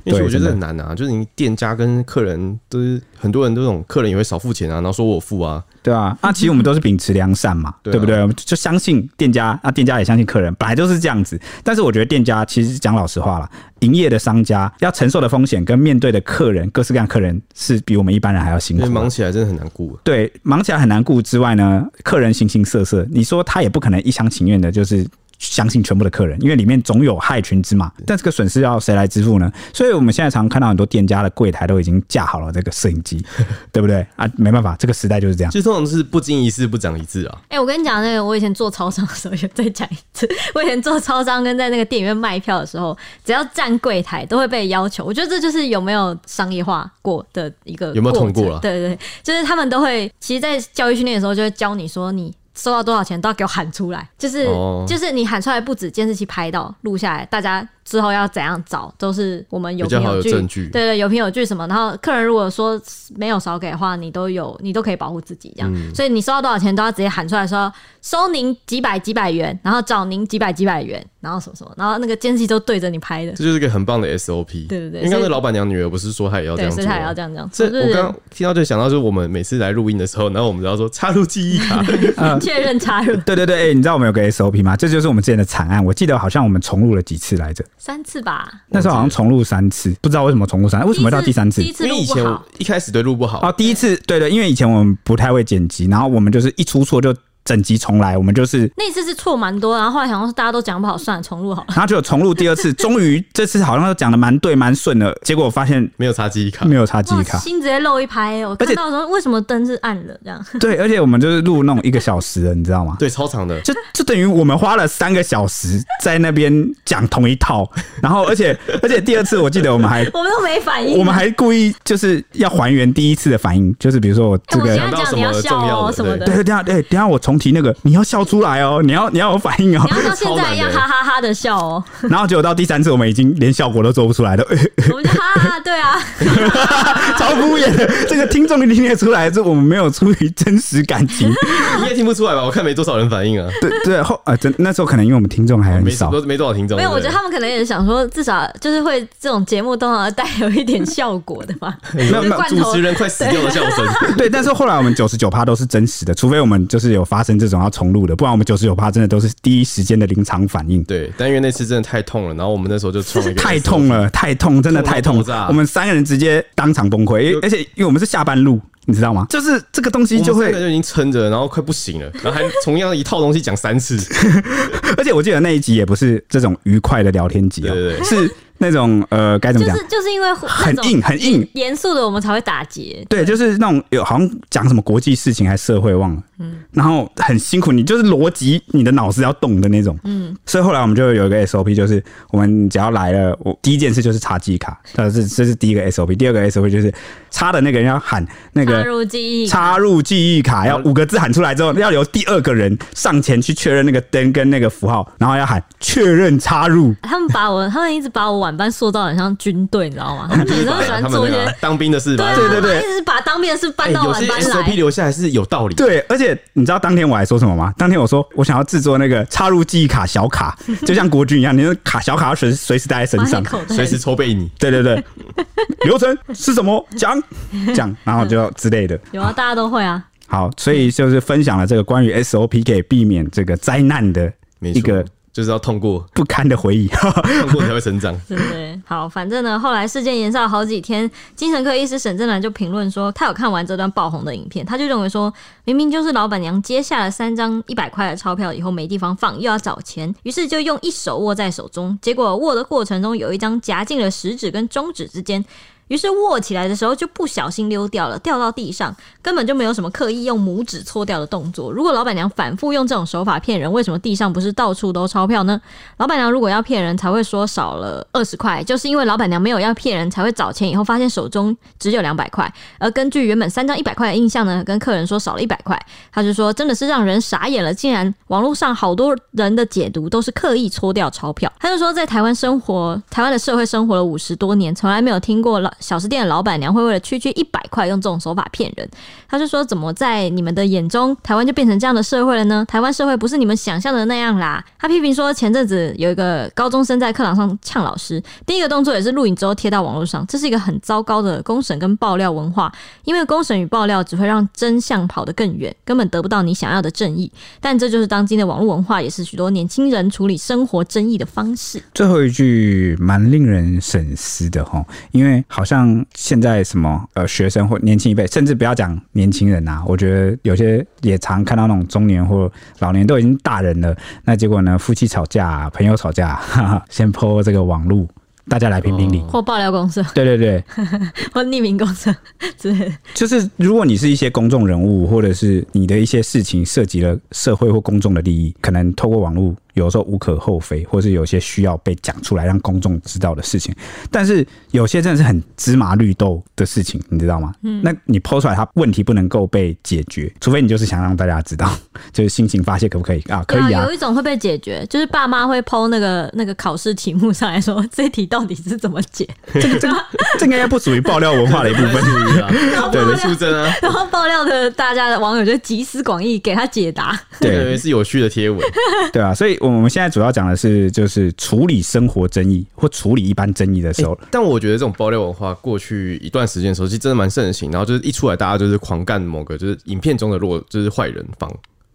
Speaker 3: 因为我觉
Speaker 1: 真
Speaker 3: 得
Speaker 1: 的
Speaker 3: 很难啊，就是你店家跟客人都是很多人都这种客人也会少付钱啊，然后说我付啊，
Speaker 1: 对啊，那、其实我们都是秉持良善嘛，
Speaker 3: 对啊
Speaker 1: <laughs> 对不对？我们就相信店家，那、店家也相信客人，本来就是这样子。但是我觉得店家其实讲老实话啦，营业的商家要承受的风险跟面对的客人，各式各样的客人是比我们一般人还要辛
Speaker 3: 因
Speaker 1: 苦
Speaker 3: 为
Speaker 1: 的。
Speaker 3: 忙起来真的很难顾。
Speaker 1: 对，忙起来很难顾之外呢，客人形形色色，你说他也不可能一厢情愿的，就是。相信全部的客人，因为里面总有害群之马，但这个损失要谁来支付呢？所以我们现在常看到很多店家的柜台都已经架好了这个摄影机，对不对啊？没办法，这个时代就是
Speaker 3: <laughs>
Speaker 1: 这样。
Speaker 3: 其实通常是不经一事不长一
Speaker 1: <laughs>
Speaker 3: 智啊，
Speaker 2: 哎、我跟你讲，那个我以前做超商的时候，也 <laughs> 再讲一次。我以前做超商跟在那个店里面卖票的时候，只要站柜台都会被要求。我觉得这就是有没有商业化过的一个
Speaker 3: 有没有通过
Speaker 2: 程
Speaker 3: 啦
Speaker 2: 对对对，就是他们都会，其实，在教育训练的时候就会教你说你。收到多少钱都要给我喊出来，就是、
Speaker 3: 哦
Speaker 2: 就是你喊出来，不止监视器拍到录下来，大家之后要怎样找，都是我们有
Speaker 3: 比较
Speaker 2: 凭
Speaker 3: 好有
Speaker 2: 据，
Speaker 3: 证据。
Speaker 2: 对对，有凭有据什么，然后客人如果说没有少给的话，你都有，你都可以保护自己这样。所以你收到多少钱都要直接喊出来说，收您几百几百元，然后找您几百几百元，然后什么什么，然后那个监视器都对着你拍的，
Speaker 3: 这就是一个很棒的 SOP。
Speaker 2: 对对对
Speaker 3: 因为刚
Speaker 2: 所
Speaker 3: 才
Speaker 2: 以
Speaker 3: 老板娘女儿不是说她也要这
Speaker 2: 对，
Speaker 3: 样做
Speaker 2: 所以
Speaker 3: 啊，
Speaker 2: 他也要这样这样。
Speaker 3: 这
Speaker 2: 就是
Speaker 3: 我刚
Speaker 2: <laughs>
Speaker 3: 刚听到就想到，就是我们每次来录音的时候，然后我们只要说插入记忆啊卡，
Speaker 2: 确认插入
Speaker 1: 对对对，哎、你知道我们有个 SOP 吗？这就是我们之前的惨案，我记得好像我们重录了几次来着，
Speaker 2: 三次吧，
Speaker 1: 那时候好像重录三次，不知道为什么重录三次，为什么会到第三次
Speaker 2: 第一？次
Speaker 3: 因为
Speaker 2: 录
Speaker 3: 以
Speaker 2: 不
Speaker 3: 前我
Speaker 2: 好，
Speaker 3: 一开始对录不好
Speaker 1: 哦，，第一次，对对，因为以前我们不太会剪辑，然后我们就是一出错就整集重来，我们就是
Speaker 2: 那一次是错蛮多，然后后来想说大家都讲不好，算了，重录好了。
Speaker 1: 然后就重录第二次，终于这次好像都讲的蛮对蛮顺的，结果我发现
Speaker 3: 没有插记忆卡
Speaker 1: 没，有插记
Speaker 2: 哇
Speaker 1: 忆，卡。
Speaker 2: 心直接漏一拍耶！我
Speaker 1: 而且
Speaker 2: 看到的时候，为什么灯是暗的？这样
Speaker 1: 对，而且我们就是录那种一个小时的，你知道吗？
Speaker 3: 对，超长的，
Speaker 1: 就就等于我们花了三个小时在那边讲同一套，然后而且而且第二次我记得我们还
Speaker 2: 我们都没反应。啊
Speaker 1: 我们还故意就是要还原第一次的反应，就是比如说我这
Speaker 2: 哎我
Speaker 1: 个
Speaker 2: 现在讲你要笑哦什么的，
Speaker 1: 对，等一下，对，等一下我重提那个，你要笑出来哦，你要你要有反应哦
Speaker 2: 你。要像现在一样
Speaker 3: 超难的
Speaker 2: 哈哈哈的笑哦，
Speaker 1: 然后结果到第三次，我们已经连效果都做不出来了，
Speaker 2: <laughs> 我们就哈哈，对
Speaker 1: <laughs>
Speaker 2: 啊，
Speaker 1: 超敷衍的。这个听众听得出来，这我们没有出于真实感
Speaker 3: <laughs>
Speaker 1: 情。
Speaker 3: 你应该听不出来吧？我看没多少人反应啊，
Speaker 1: 对对，后呃，真那时候可能因为我们听众还很
Speaker 3: 没
Speaker 1: 少，
Speaker 3: 多没多少听众。
Speaker 2: 没有，我觉得
Speaker 3: 对
Speaker 2: 他们可能也想说，至少就是会这种节目都要带有一点效果的
Speaker 1: <laughs>
Speaker 2: 嘛，
Speaker 1: 没有没
Speaker 2: 罐
Speaker 1: 有。
Speaker 2: 头
Speaker 3: 主持人快死掉的笑声，
Speaker 1: 对，但是后来我们九十九趴都是真实的，除非我们就是有发发生这种要重录的，不然我们九十九趴真的都是第一时间的临场反应。
Speaker 3: <laughs> 对，但因为那次真的太痛了，然后我们那时候就创一个
Speaker 1: 太痛了，太痛，真的太痛
Speaker 3: 痛到爆炸！
Speaker 1: 我们三个人直接当场崩溃，因为而且因为我们是下班录，你知道吗？就是这个东西
Speaker 3: 我们
Speaker 1: 就
Speaker 3: 三
Speaker 1: 会
Speaker 3: 个，就已经撑着，然后快不行了，然后还同样一套东西讲三次，
Speaker 1: 而且我记得那一集也不是这种愉快的聊天集哦、
Speaker 3: 对对对
Speaker 1: 是那种呃该怎么
Speaker 2: 就
Speaker 1: 讲？
Speaker 2: 是就是因为
Speaker 1: 很硬很硬
Speaker 2: 那种严肃的我们才会打结。
Speaker 1: 对，就是那种有好像讲什么国际事情还是社会忘了，然后很辛苦，你就是逻辑，你的脑子要动的那种，嗯，所以后来我们就有一个 SOP，就是我们只要来了，我第一件事就是插记忆卡，这是这是第一个 SOP，第二个 SOP 就是插的那个人要喊那
Speaker 2: 插
Speaker 1: 个
Speaker 2: 入记忆，
Speaker 1: 插入记忆卡，要五个字喊出来之后，要由第二个人上前去确认那个灯跟那个符号，然后要喊确认插入，
Speaker 2: 他们把我，他们一直把我晚班塑造得很像军队，你
Speaker 1: <laughs>
Speaker 2: 知道吗？他们每次都喜
Speaker 3: 他
Speaker 2: 欢
Speaker 3: 们
Speaker 2: 做一
Speaker 3: 那
Speaker 2: 些啊
Speaker 3: 个，当兵的事吧，
Speaker 1: 对对对
Speaker 2: 他们一直把当兵的事搬
Speaker 3: 哎，
Speaker 2: 到
Speaker 3: 有
Speaker 2: 晚
Speaker 3: 些
Speaker 2: 班来
Speaker 3: SOP。留下来是有道理的，
Speaker 1: 对，而且你知道当天我还说什么吗？当天我说我想要制作那个插入记忆卡小卡，就像国军一样，你的卡小卡要随随时带在身
Speaker 2: 放在
Speaker 1: 上。
Speaker 2: 口袋
Speaker 3: 随时抽背你。
Speaker 1: 对对 <laughs> 对，流程是什么？讲讲，然后就之类的。
Speaker 2: 有啊，大家都会啊。
Speaker 1: 好，所以就是分享了这个关于 SOP 可以避免这个灾难的
Speaker 3: 没
Speaker 1: 一
Speaker 3: 错
Speaker 1: 个，
Speaker 3: 就是要痛过，
Speaker 1: 不堪的回忆。
Speaker 3: 痛过才会
Speaker 2: <laughs>
Speaker 3: 成长。
Speaker 2: 对不对？好，反正呢，后来事件延烧好几天，精神科医师沈正南就评论说，他有看完这段爆红的影片，他就认为说，明明就是老板娘接下了三张一百块的钞票以后没地方放，又要找钱，于是就用一手握在手中，结果握的过程中有一张夹进了食指跟中指之间。于是握起来的时候就不小心溜掉了，掉到地上，根本就没有什么刻意用拇指搓掉的动作。如果老板娘反复用这种手法骗人，为什么地上不是到处都钞票呢？老板娘如果要骗人，才会说少了二十块，就是因为老板娘没有要骗人，才会找钱以后发现手中只有两百块，而根据原本三张一百块的印象呢，跟客人说少了一百块，他就说真的是让人傻眼了，竟然网络上好多人的解读都是刻意搓掉钞票。他就说在台湾生活，台湾的社会生活了五十多年，从来没有听过老小吃店的老板娘会为了区区一百块用这种手法骗人。他就说：“怎么在你们的眼中，台湾就变成这样的社会了呢？台湾社会不是你们想象的那样啦。”他批评说，前阵子有一个高中生在课堂上呛老师，第一个动作也是录影之后贴到网络上，这是一个很糟糕的公审跟爆料文化，因为公审与爆料只会让真相跑得更远，根本得不到你想要的正义。但这就是当今的网络文化，也是许多年轻人处理生活争议的方式。
Speaker 1: 最后一句蛮令人深思的哈，因为好像现在什么呃学生或年轻一辈，甚至不要讲年轻人啊，我觉得有些也常看到那种中年或老年都已经大人了，那结果呢夫妻吵架、啊朋友吵架，哈哈，先 po 这个网路，大家来评评理。
Speaker 3: 哦
Speaker 2: 或爆料公社，
Speaker 1: 对对对，
Speaker 2: <laughs> 或匿名公社之类的。
Speaker 1: 就是如果你是一些公众人物，或者是你的一些事情涉及了社会或公众的利益，可能透过网络有时候无可厚非，或是有些需要被讲出来让公众知道的事情。但是有些真的是很芝麻绿豆的事情，你知道吗？嗯，那你抛出来，它问题不能够被解决，除非你就是想让大家知道，就是心情发泄可不可以啊？可
Speaker 2: 对
Speaker 1: 以啊
Speaker 2: 有，一种会被解决，就是爸妈会抛那个那个考试题目上来说，这题到底是怎么解， <laughs>
Speaker 1: 这 <laughs> 个这个这个应该不属于爆料文化的一部分。
Speaker 3: 啊对对，出征啊，
Speaker 2: 然后爆料的大家的网友就集思广益给他解答。
Speaker 1: 对，
Speaker 3: 是有趣的贴文，
Speaker 1: 对啊，所以我们现在主要讲的是，就是处理生活争议或处理一般争议的时候，
Speaker 3: 但我觉得这种爆料文化过去一段时间的时候，其实真的蛮盛行。然后就是一出来，大家就是狂干某个就是影片中的弱，就是坏人方。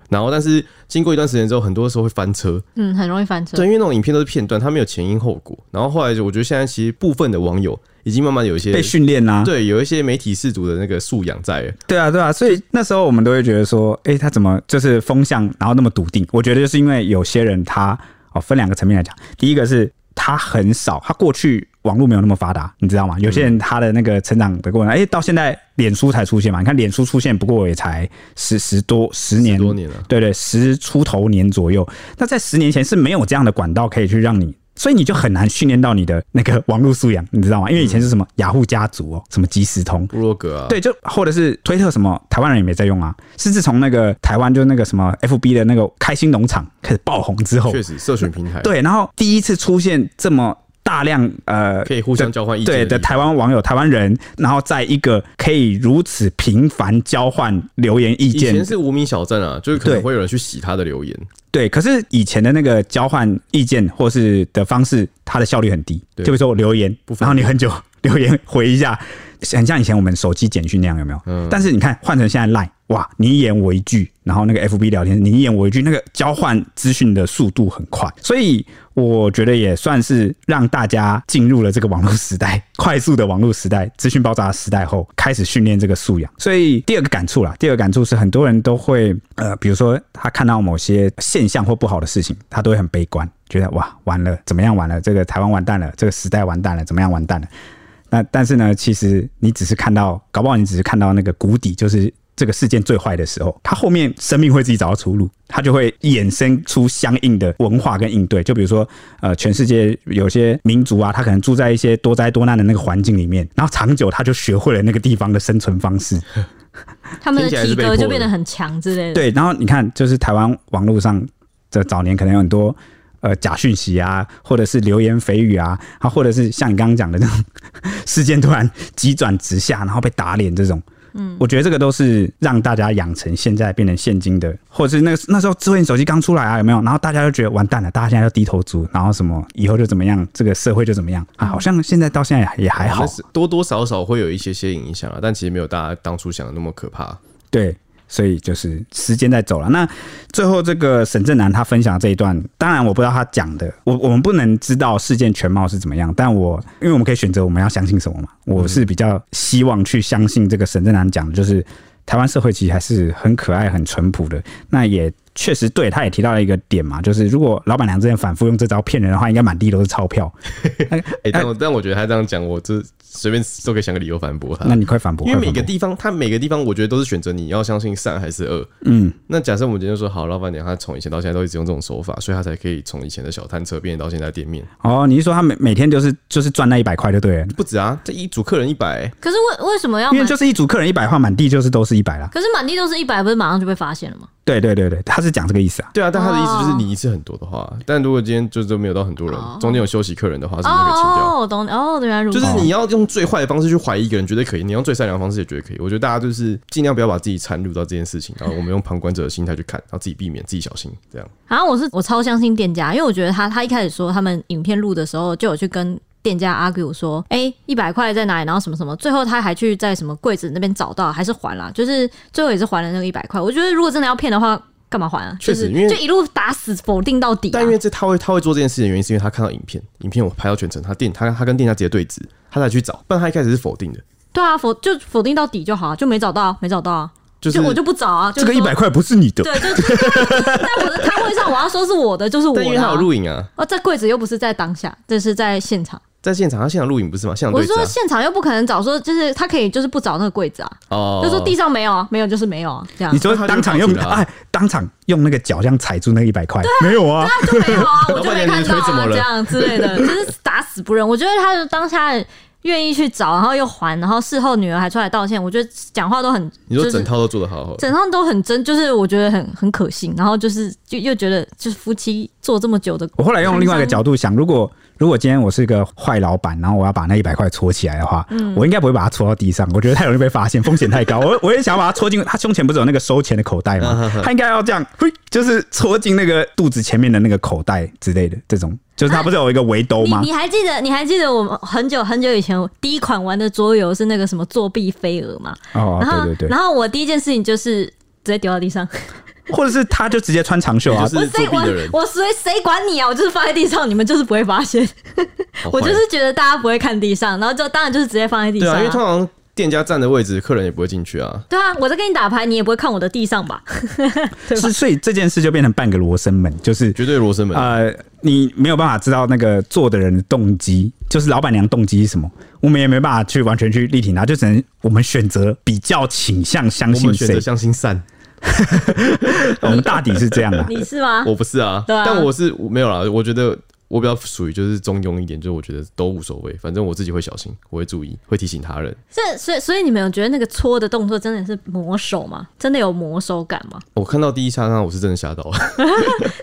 Speaker 3: 然后，但是经过一段时间之后，很多时候会翻车，
Speaker 2: 嗯，很容易翻车
Speaker 3: 对，。因为那种影片都是片段，它没有前因后果。然后后来，我觉得现在其实部分的网友已经慢慢有一些
Speaker 1: 被训练啊啦。
Speaker 3: 对有一些媒体世足的那个素养在了。
Speaker 1: 对啊，对啊，所以那时候我们都会觉得说，诶，他怎么就是风向，然后那么笃定？我觉得就是因为有些人他哦，分两个层面来讲，第一个是他很少，他过去网络没有那么发达，你知道吗？有些人他的那个成长的过程，诶，到现在脸书才出现嘛，你看脸书出现，不过也才十十多十年
Speaker 3: 十多年了
Speaker 1: 对对，十出头年左右。那在十年前是没有这样的管道可以去让你。所以你就很难训练到你的那个网络素养，你知道吗？因为以前是什么雅虎家族哦，什么即时通，
Speaker 3: 部落格啊，
Speaker 1: 对，就或者是推特什么，台湾人也没在用啊。是自从那个台湾就是那个什么 FB 的那个开心农场开始爆红之后
Speaker 3: 确，实社群平台
Speaker 1: 对，然后第一次出现这么大量呃
Speaker 3: 可以互相交换意见
Speaker 1: 对
Speaker 3: 的
Speaker 1: 的
Speaker 3: 地方
Speaker 1: 台湾网友、台湾人，然后在一个可以如此频繁交换留言意
Speaker 3: 以
Speaker 1: 见
Speaker 3: 前是无名小站啊，就是可
Speaker 1: 对
Speaker 3: 能会有人去洗他的留言，
Speaker 1: 对，可是以前的那个交换意见或是的方式，它的效率很低。就 <laughs>
Speaker 3: 对
Speaker 1: 比如说我留言
Speaker 3: 不，分
Speaker 1: 然后你很久留言回一下，很像以前我们手机简讯那样，有没有？
Speaker 3: 嗯
Speaker 1: 但是你看换成现在 Line，哇，你一言我一句，然后那个 FB 聊天，你一言我一句，那个交换资讯的速度很快，所以我觉得也算是让大家进入了这个网络时代， <laughs> 快速的网络时代、资讯爆炸的时代后，开始训练这个素养。所以第二个感触啦，第二个感触是很多人都会呃，比如说他看到某些现象或不好的事情，他都会很悲观，觉得哇完了，怎么样完了，这个台湾完蛋了，这个时代完蛋了，怎么样完蛋了。那但是呢，其实你只是看到，搞不好你只是看到那个谷底，就是这个事件最坏的时候，它后面生命会自己找到出路，它就会衍生出相应的文化跟应对。就比如说，呃，全世界有些民族啊，他可能住在一些多灾多难的那个环境里面，然后长久他就学会了那个地方的生存方式。
Speaker 2: 他们的
Speaker 3: 听起来是
Speaker 2: 体
Speaker 3: 被迫
Speaker 2: 格
Speaker 3: 的
Speaker 2: 就变得很强之类的。
Speaker 1: 对，然后你看，就是台湾网络上的早年可能有很多呃假讯息啊，或者是流言蜚语啊，啊，或者是像你刚刚讲的那种事件突然急转直下，然后被打脸这种。嗯，我觉得这个都是让大家养成现在变成现今的，或者是那个那时候智慧型手机刚出来啊，有没有？然后大家就觉得完蛋了，大家现在要低头族，然后什么以后就怎么样，这个社会就怎么样啊？好像现在到现在也也哎还好
Speaker 3: 但，是多多少少会有一些些影响啊，但其实没有大家当初想的那么可怕。
Speaker 1: 对，所以就是时间在走了。那最后这个沈正南他分享这一段，当然我不知道他讲的，我我们不能知道事件全貌是怎么样，但我因为我们可以选择我们要相信什么嘛，我是比较希望去相信这个沈正南讲的，就是台湾社会其实还是很可爱、很淳朴的。那也确实对，他也提到了一个点嘛，就是如果老板娘之前反复用这招骗人的话，应该满地都是钞票。
Speaker 3: 哎、但我但我觉得他这样讲，我这随便都可以想个理由反驳他。
Speaker 1: 那你快反驳，
Speaker 3: 啊因为
Speaker 1: 快
Speaker 3: 每
Speaker 1: 反
Speaker 3: 个
Speaker 1: 驳。
Speaker 3: 地方，它每个地方，我觉得都是选择你要相信善还是恶。嗯，那假设我们今天说好，老板娘她从以前到现在都一直用这种手法，所以她才可以从以前的小摊车变到现在店面。
Speaker 1: 哦，你是说他每每天就是就是赚那一百块就对了，
Speaker 3: 不止啊，这一组客人一百、
Speaker 2: 可是为为什么要
Speaker 1: 因为
Speaker 2: 满？
Speaker 1: 就是一组客人一百块，满地就是都是一百啦。
Speaker 2: 可是满地都是一百，不是马上就被发现了吗？
Speaker 1: 对对对对，他是讲这个意思啊。
Speaker 3: 对啊，但他的意思就是
Speaker 2: 哦
Speaker 3: 你一次很多的话，但如果今天就都没有到很多人，中间有休息客人的话，是不是可以清掉？
Speaker 2: 哦，我懂你哦，原来如
Speaker 3: 就
Speaker 2: 此。
Speaker 3: 是你要用最坏的方式去怀疑一个人，绝对可以；你用最善良的方式也绝对可以。我觉得大家就是尽量不要把自己掺入到这件事情，然后我们用旁观者的心态去看，然后自己避免，自己小心，这样。
Speaker 2: 然后我是我超相信店家，因为我觉得他他一开始说他们影片录的时候就有去跟。店家 argue 说：“哎、一百块在哪里？然后什么什么？最后他还去在什么柜子那边找到，还是还了，就是最后也是还了那个一百块。我觉得如果真的要骗的话，干嘛还啊？
Speaker 3: 确
Speaker 2: 就
Speaker 3: 实
Speaker 2: 是
Speaker 3: 因为
Speaker 2: 就一路打死否定到底、啊。
Speaker 3: 但因为这他会他会做这件事情的原因，是因为他看到影片，影片我拍到全程，他店他他跟店家直接对质，他才去找，不然他一开始是否定的，
Speaker 2: 对啊，否就否定到底就好啊，就没找到，没找到啊，
Speaker 3: 就是
Speaker 2: 我就不找啊。就
Speaker 1: 这个
Speaker 2: 是
Speaker 1: 一
Speaker 2: 说
Speaker 1: 百块不是你的，
Speaker 2: 对，就在我的摊位上，我要说是我的，就是我
Speaker 3: 但因为
Speaker 2: 的、
Speaker 3: 他有
Speaker 2: 啊。
Speaker 3: 录影啊，
Speaker 2: 哦，在柜子又不是在当下，这是在现场。
Speaker 3: 在现场他现场录影不是吗？现场
Speaker 2: 我
Speaker 3: 对
Speaker 2: 是
Speaker 3: 质、
Speaker 2: 说
Speaker 3: 啊、
Speaker 2: 现场又不可能找说，就是他可以就是不找那个柜子啊，
Speaker 3: 哦
Speaker 2: 就说地上没有啊，没有就是没有啊，这样
Speaker 1: 你说
Speaker 3: 那他就
Speaker 1: 当场用
Speaker 3: 报警了啊
Speaker 1: 哎，当场用那个脚这样踩住那一百块，没有啊？
Speaker 2: 就没有
Speaker 3: <laughs>
Speaker 2: 啊，我
Speaker 3: 老
Speaker 2: 就
Speaker 3: 板
Speaker 2: 没
Speaker 3: 娘
Speaker 2: 看
Speaker 3: 你的
Speaker 2: 到
Speaker 3: 腿怎么
Speaker 2: 啊，
Speaker 3: 了
Speaker 2: 这样之类
Speaker 3: <laughs>
Speaker 2: 的，就是打死不认。我觉得他当下愿意去找，然后又还，然后事后女儿还出来道歉，我觉得讲话都很，
Speaker 3: 你说
Speaker 2: 就是
Speaker 3: 整套都做得好好的，
Speaker 2: 整上都很真，就是我觉得很很可信，然后就是就又觉得就是夫妻做这么久的，
Speaker 3: 哦
Speaker 1: 我后来用另外一个角度想，如果如果今天我是一个坏老板，然后我要把那一百块搓起来的话，
Speaker 2: 嗯
Speaker 1: 我应该不会把它搓到地上，我觉得太容易被发现，风险太高。我我也想要把它搓进他胸前，不是有那个收钱的口袋吗？他应该要这样，嘿，就是搓进那个肚子前面的那个口袋之类的，这种就是他不是有一个围兜
Speaker 2: 你
Speaker 1: 吗？
Speaker 2: 你还记得你还记得我们很久很久以前第一款玩的桌游是那个什么作弊飞蛾嘛？
Speaker 3: 啊
Speaker 1: 哦，
Speaker 2: 然后
Speaker 1: 对对对
Speaker 2: 然，后我第一件事情就是直接丢到地上，
Speaker 1: 或者是他就直接穿长袖啊
Speaker 3: 就，是作
Speaker 2: 谁
Speaker 3: 弊的人，
Speaker 2: 我我谁谁管你啊？我就是放在地上，你们就是不会发现。<laughs>
Speaker 3: 好
Speaker 2: 我
Speaker 3: 哦坏
Speaker 2: 就是觉得大家不会看地上，然后就当然就是直接放在地
Speaker 3: 对
Speaker 2: 上、
Speaker 3: 啊，因为通常店家站的位置，客人也不会进去啊。
Speaker 2: 对啊，我在跟你打牌，你也不会看我的地上
Speaker 3: <laughs>
Speaker 2: 吧？对吧
Speaker 1: 是所以这件事就变成半个罗生门，就是
Speaker 3: 绝对罗生门，
Speaker 1: 呃，你没有办法知道那个做的人的动机，就是老板娘动机是什么，我们也没办法去完全去力挺她，就只能我们选择比较倾向相
Speaker 3: 我
Speaker 1: 信
Speaker 3: 们选择
Speaker 1: 谁。
Speaker 3: 相信善，
Speaker 1: 我们大抵是这样
Speaker 3: <laughs>
Speaker 1: 的、啊。
Speaker 2: 你是 <laughs> 吗？
Speaker 3: 我不是啊，
Speaker 2: 对啊
Speaker 3: 但我是我没有啦。我觉得我比较属于就是中庸一点，就是我觉得都无所谓，反正我自己会小心，我会注意，会提醒他人。
Speaker 2: 这所以所以你们有觉得那个搓的动作真的是磨手吗？真的有磨手感吗？ <laughs>
Speaker 3: 我看到第一刹那，我是真的吓到，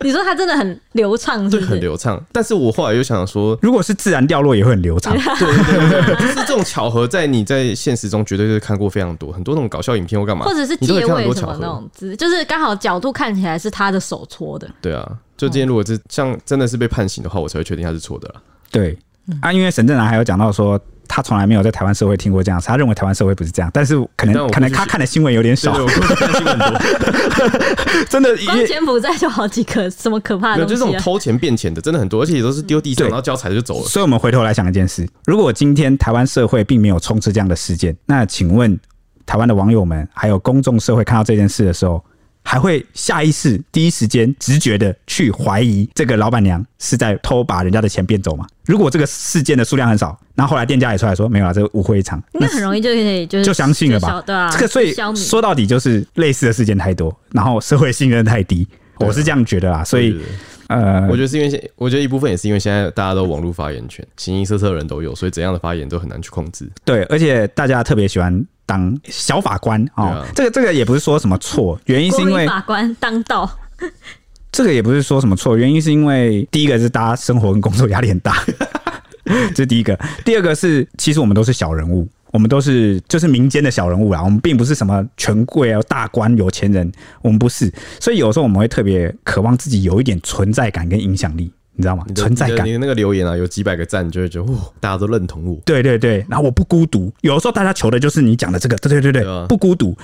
Speaker 2: 你说它真的很流畅，是
Speaker 3: 对，
Speaker 2: 不
Speaker 3: <laughs> 很
Speaker 2: 是？
Speaker 3: 流畅。但是我后来又想说，
Speaker 1: 如果是自然掉落，也会很流
Speaker 3: <laughs>
Speaker 1: 畅。
Speaker 3: 就是这种巧合，在你在现实中绝对是看过非常多，很多那种搞笑影片或干嘛，
Speaker 2: 或者是
Speaker 3: 你都可以
Speaker 2: 结
Speaker 3: 看到很
Speaker 2: 尾
Speaker 3: 多
Speaker 2: 什
Speaker 3: 巧
Speaker 2: 么那
Speaker 3: 合。
Speaker 2: 种姿，就是刚好角度看起来是他的手搓的，
Speaker 3: 对啊，就今天如果
Speaker 2: 嗯
Speaker 3: 是像真的是被判刑的话，我才会确定他是错的啦。
Speaker 1: 对啊，因为沈正南还有讲到说，他从来没有在台湾社会听过这样，他认为台湾社会不是这样，但是可能
Speaker 3: 但我
Speaker 1: 可能
Speaker 3: 必须
Speaker 1: 他看的新闻有点
Speaker 3: 对
Speaker 1: 少
Speaker 3: 对，，我担心很多。 <laughs>
Speaker 1: 真的，因
Speaker 2: <laughs> 光
Speaker 1: 为
Speaker 2: 柬埔寨就好几个什么可怕
Speaker 3: 没
Speaker 2: 的
Speaker 3: 有，就
Speaker 2: 东
Speaker 3: 这
Speaker 2: 西、啊。
Speaker 3: 种偷钱变钱的，真的很多，而且也都是丢地上，
Speaker 1: 对
Speaker 3: 然后脚踩着就走了。
Speaker 1: 所以我们回头来想一件事：如果今天台湾社会并没有充斥这样的事件，那请问台湾的网友们还有公众社会看到这件事的时候，还会下意识、第一时间、直觉的去怀疑这个老板娘是在偷把人家的钱变走吗？如果这个事件的数量很少，然后后来店家也出来说没有啦，这个误会一场，
Speaker 2: 那很容易就可以就是
Speaker 1: 就相信了
Speaker 2: 就消
Speaker 1: 吧？
Speaker 2: 对啊，
Speaker 1: 这个所以
Speaker 2: 消弭
Speaker 1: 说到底就是类似的事件太多，然后社会信任太低，我是这样觉得啦。所以
Speaker 3: 对对对
Speaker 1: 呃
Speaker 3: 我，觉得是因为现，我觉得一部分也是因为现在大家都有网络发言权，形形色色的人都有，所以怎样的发言都很难去控制。
Speaker 1: 对，而且大家特别喜欢当小法官哦。
Speaker 3: 对啊
Speaker 1: 这个这个也不是说什么错，原因是因
Speaker 2: 国民
Speaker 1: 为
Speaker 2: 法官当道，
Speaker 1: 这个也不是说什么错，原因是因为第一个是大家生活跟工作压力很大， <laughs> 这是第一个；第二个是其实我们都是小人物。我们都是就是民间的小人物啊啦，我们并不是什么权贵啊、大官、有钱人，我们不是，所以有时候我们会特别渴望自己有一点存在感跟影响力，你知道吗
Speaker 3: 你？的
Speaker 1: 存在
Speaker 3: 你的
Speaker 1: 感
Speaker 3: 你，的那个留言啊，有几百个赞，你就会觉得哦，大家都认同我。
Speaker 1: 对对对，然后我不孤独。有的时候大家求的就是你讲的这个，对对对对，
Speaker 3: 对啊
Speaker 1: 不孤独。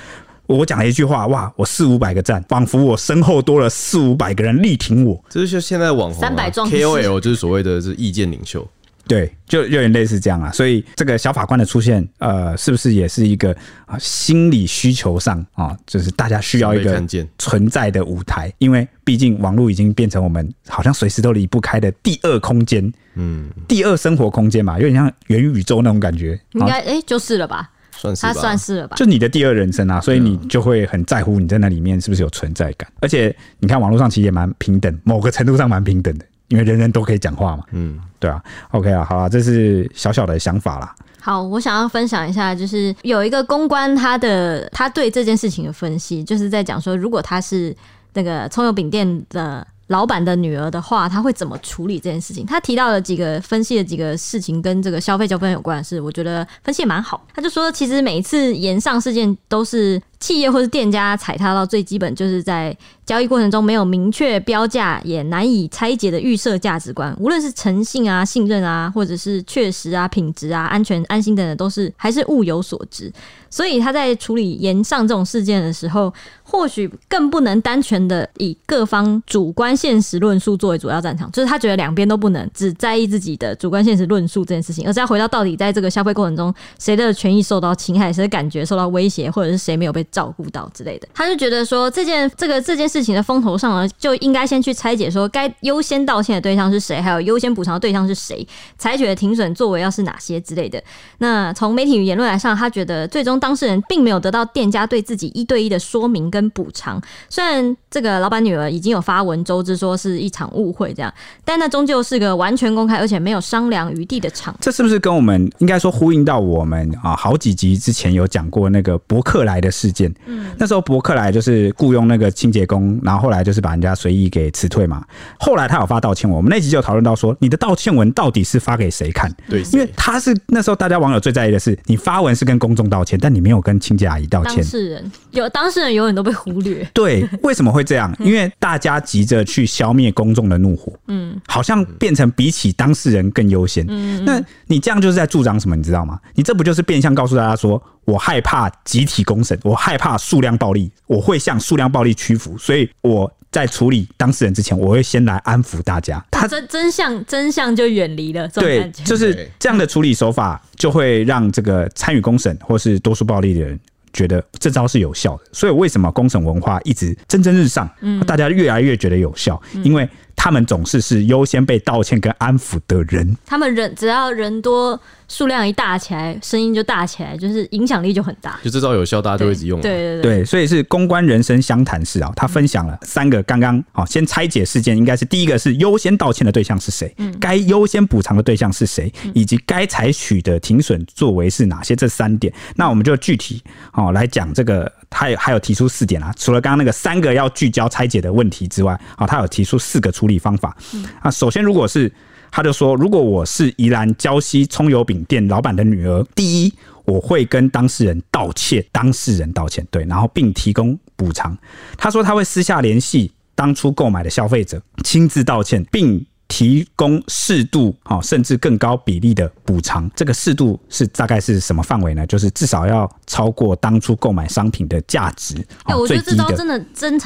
Speaker 1: 我讲了一句话，哇，我四五百个赞，仿佛我身后多了四五百个人力挺我。
Speaker 3: 这就是现在的网红、啊、
Speaker 2: 300壮士
Speaker 3: KOL，就是所谓的是意见领袖。
Speaker 1: 对，就有点类似这样啊。所以这个小法官的出现，呃，是不是也是一个啊、心理需求上啊、就是大家需要一
Speaker 3: 被
Speaker 1: 个
Speaker 3: 看见
Speaker 1: 存在的舞台？因为毕竟网络已经变成我们好像随时都离不开的第二空间，
Speaker 3: 嗯，
Speaker 1: 第二生活空间嘛，有点像元宇宙那种感觉。
Speaker 2: 应
Speaker 1: 啊
Speaker 2: 该哎、就是了吧，
Speaker 3: 算是吧。
Speaker 2: 他算是了吧。
Speaker 1: 就你的第二人生啊，所以你就会很在乎你在那里面是不是有存在感。而且你看网络上其实也蛮平等，某个程度上蛮平等的，因为人人都可以讲话嘛，
Speaker 3: 嗯，
Speaker 1: 对啊。OK 啊，好啊，这是小小的想法啦。
Speaker 2: 好，我想要分享一下，就是有一个公关他的他对这件事情的分析，就是在讲说，如果他是那个葱油饼店的老板的女儿的话，他会怎么处理这件事情？他提到了几个分析的几个事情跟这个消费纠纷有关的事，我觉得分析也蛮好。他就说，其实每一次延上事件都是企业或是店家踩踏到最基本，就是在交易过程中没有明确标价，也难以拆解的预设价值观，无论是诚信啊、信任啊，或者是确实啊、品质啊、安全、安心等等，都是还是物有所值。所以他在处理延上这种事件的时候，或许更不能单纯的以各方主观现实论述作为主要战场，就是他觉得两边都不能只在意自己的主观现实论述这件事情，而是要回到到底在这个消费过程中，谁的权益受到侵害，谁的感觉受到威胁，或者是谁没有被照顾到之类的。他就觉得说这件这个这件事情的风头上呢，就应该先去拆解说该优先道歉的对象是谁，还有优先补偿的对象是谁，采取的停损作为要是哪些之类的。那从媒体与言论来上，他觉得最终当事人并没有得到店家对自己一对一的说明跟补偿。虽然这个老板女儿已经有发文周知说是一场误会这样，但那终究是个完全公开而且没有商量余地的场
Speaker 1: 这是不是跟我们应该说呼应到我们啊好几集之前有讲过那个伯克莱的事件？嗯，那时候伯克莱就是雇佣那个清洁工，然后后来就是把人家随意给辞退嘛。后来他有发道歉文，我们那集就有讨论到说，你的道歉文到底是发给谁看？
Speaker 3: 对，
Speaker 1: 因为他是那时候大家网友最在意的是，你发文是跟公众道歉，但你没有跟清洁阿姨道
Speaker 2: 当
Speaker 1: 歉。
Speaker 2: 事人有当事人永远都被忽略，
Speaker 1: 对，为什么会这样？因为大家急着去消灭公众的怒火，嗯，好像变成比起当事人更优先。嗯，那你这样就是在助长什么？你知道吗？你这不就是变相告诉大家说，我害怕集体公审，我害怕数量暴力，我会向数量暴力屈服，所以我在处理当事人之前，我会先来安抚大家。他
Speaker 2: 真真相真相就远离了这种
Speaker 1: 对
Speaker 2: 感，觉。
Speaker 1: 就是
Speaker 3: 对
Speaker 1: 这样的处理手法，就会让这个参与公审或是多数暴力的人。觉得这招是有效的，所以为什么公审文化一直蒸蒸日上？
Speaker 2: 嗯
Speaker 1: 大家越来越觉得有效，因为他们总是是优先被道歉跟安抚的人。
Speaker 2: 他们人只要人多，数量一大起来，声音就大起来，就是影响力就很大。
Speaker 3: 就这招有效，大家就会一直用。啊
Speaker 2: 对，对对对，嗯
Speaker 1: 对，所以是公关人生相谈室啊，他分享了三个刚刚好，先拆解事件，应该是第一个是优先道歉的对象是谁，
Speaker 2: 嗯
Speaker 1: 该优先补偿的对象是谁，以及该采取的停损作为是哪些这三点。那我们就具体哦来讲这个，他有还有提出四点啊，除了刚刚那个三个要聚焦拆解的问题之外，好、他有提出四个处理方法
Speaker 2: 嗯
Speaker 1: 啊。首先，如果是他就说，如果我是宜兰礁溪葱油饼店老板的女儿，第一，我会跟当事人道歉，当事人道歉，对，然后并提供补偿。他说他会私下联系当初购买的消费者，亲自道歉，并提供呃适度哦，甚至更高比例的补偿。这个适度是大概是什么范围呢？就是至少要超过当初购买商品的价值，
Speaker 2: 哎、
Speaker 1: 哦
Speaker 2: 我觉
Speaker 1: 最
Speaker 2: 得这
Speaker 1: 低
Speaker 2: 招
Speaker 1: 的
Speaker 2: 真的真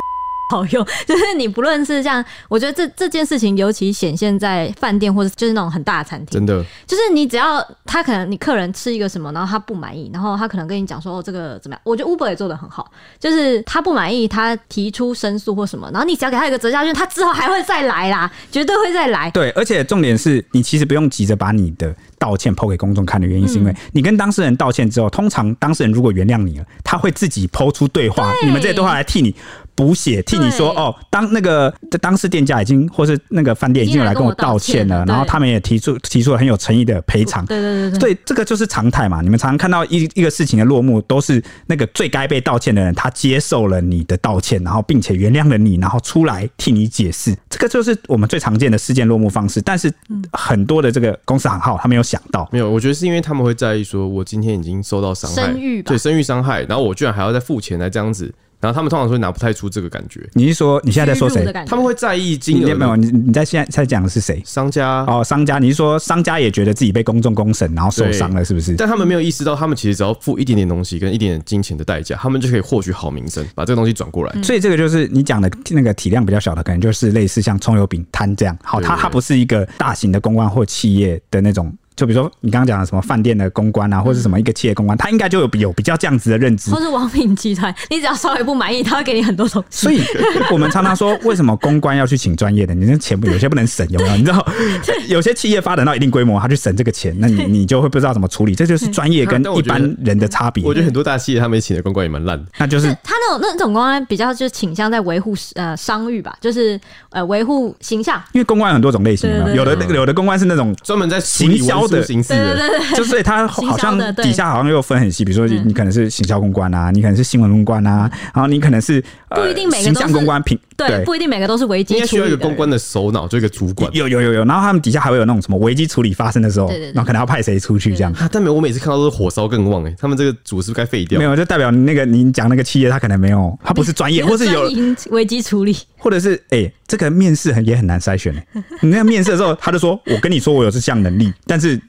Speaker 2: 好用，就是你不论是像，我觉得这这件事情尤其显现在饭店或者就是那种很大的餐厅，
Speaker 3: 真的
Speaker 2: 就是你只要他可能你客人吃一个什么，然后他不满意，然后他可能跟你讲说哦这个怎么样？我觉得 Uber 也做的很好，就是他不满意，他提出申诉或什么，然后你只要给他一个折价券，他之后还会再来啦，绝对会再来。
Speaker 1: 对，而且重点是你其实不用急着把你的道歉抛给公众看的原因，是
Speaker 2: 嗯
Speaker 1: 因为你跟当事人道歉之后，通常当事人如果原谅你了，他会自己抛出对话，
Speaker 2: 对
Speaker 1: 你们这些对话来替你补血，替你说
Speaker 2: 对
Speaker 1: 哦，当那个当事店家已经或是那个饭店已
Speaker 2: 已
Speaker 1: 经
Speaker 2: 经
Speaker 1: 有
Speaker 2: 来
Speaker 1: 来跟
Speaker 2: 跟
Speaker 1: 我
Speaker 2: 我道
Speaker 1: 道歉
Speaker 2: 歉
Speaker 1: 了，
Speaker 2: 了
Speaker 1: 然后
Speaker 2: 对
Speaker 1: 他们也提出提出了很有诚意的赔偿。
Speaker 2: 对对对对，
Speaker 1: 对，这个就是常态嘛。你们常常看到一一个事情的落幕，都是那个最该被道歉的人，他接受了你的道歉，然后并且原谅了你，然后出来替你解释。这个就是我们最常见的事件落幕方式。但是很多的这个公司行号，他没有想到。
Speaker 3: 没有，我觉得是因为他们会在意说，我今天已经受到伤害，
Speaker 2: 声誉吧
Speaker 3: 对声誉伤害，然后我居然还要再付钱来这样子，然后他们通常会拿不太出这个感觉，
Speaker 1: 你是说你现在在说
Speaker 2: 屈辱
Speaker 1: 谁
Speaker 2: 的？感觉
Speaker 3: 他们会在意
Speaker 1: 你
Speaker 3: 金
Speaker 1: 没有，
Speaker 3: 额，
Speaker 1: 你你在现在在讲的是谁？
Speaker 3: 商家
Speaker 1: 哦，商家，你是说商家也觉得自己被公众公审，然后受伤了，是不是？
Speaker 3: 但他们没有意识到，他们其实只要付一点点东西跟一点点金钱的代价，他们就可以获取好名声，把这个东西转过来。
Speaker 2: 嗯
Speaker 1: 所以这个就是你讲的那个体量比较小的，可能就是类似像葱油饼摊这样。好，
Speaker 3: 对
Speaker 1: 它
Speaker 3: 对
Speaker 1: 它不是一个大型的公关或企业的那种，就比如说你刚刚讲的什么饭店的公关啊，或者是什么一个企业公关，它应该就有有比较这样子的认知
Speaker 2: 或。是王品集团，你只要稍微不满意，他会给你很多东西
Speaker 1: 所。以我们常常说，为什么公关要去请专业的？你那钱不有些不能省，有没有？你知
Speaker 3: <laughs>
Speaker 1: 道，有些企业发展到一定规模，他去省这个钱，那你你就会不知道怎么处理。这就是专业跟
Speaker 3: 啊但我
Speaker 1: 一
Speaker 3: 觉得
Speaker 1: 般人的差别
Speaker 3: 我。觉得很多大企业他们请的公关也蛮烂的，
Speaker 1: 那就是
Speaker 2: 是他那种那种公关比较就是倾向在维护呃商誉吧，就是呃维护形象，
Speaker 1: 因为公关有很多种类型嘛，
Speaker 2: 对对
Speaker 1: 有
Speaker 2: 对
Speaker 1: 的有的公关是那种
Speaker 3: 专门在
Speaker 1: 行销的
Speaker 3: 形式
Speaker 2: 对对
Speaker 3: 的。
Speaker 2: 对对， <laughs>
Speaker 1: 就所以它
Speaker 2: 行销
Speaker 1: 好像
Speaker 2: 的对
Speaker 1: 底下好像又分很细，比如说你
Speaker 2: 嗯
Speaker 1: 你可能是行销公关啊，你可能是新闻公关啊，然后你可能是呃
Speaker 2: 不一定每个
Speaker 1: 形
Speaker 2: 都是
Speaker 1: 象公关品
Speaker 2: 对，不一定每个都是危
Speaker 3: 应
Speaker 2: 机
Speaker 3: 该
Speaker 2: 处
Speaker 3: 需
Speaker 2: 理
Speaker 3: 要
Speaker 2: 的
Speaker 3: 一个
Speaker 2: 人。
Speaker 3: 公关的首脑，就一个主管。
Speaker 1: 有有有有，然后他们底下还会有那种什么危机处理发生的时候，
Speaker 2: 对对对
Speaker 1: 然后可能要派谁出去这样。
Speaker 3: 啊，但没有，我每次看到都是火烧更旺哎、他们这个组是不是该废掉
Speaker 1: 没？有，就代表那个你讲那个企业，他可能没有，他不是专业，或是有
Speaker 2: 专，营危机处理，
Speaker 1: 或者是哎、这个面试很也很难筛选、欸。你那个面试的时候，他就说：“我跟你说我有这项能力，但是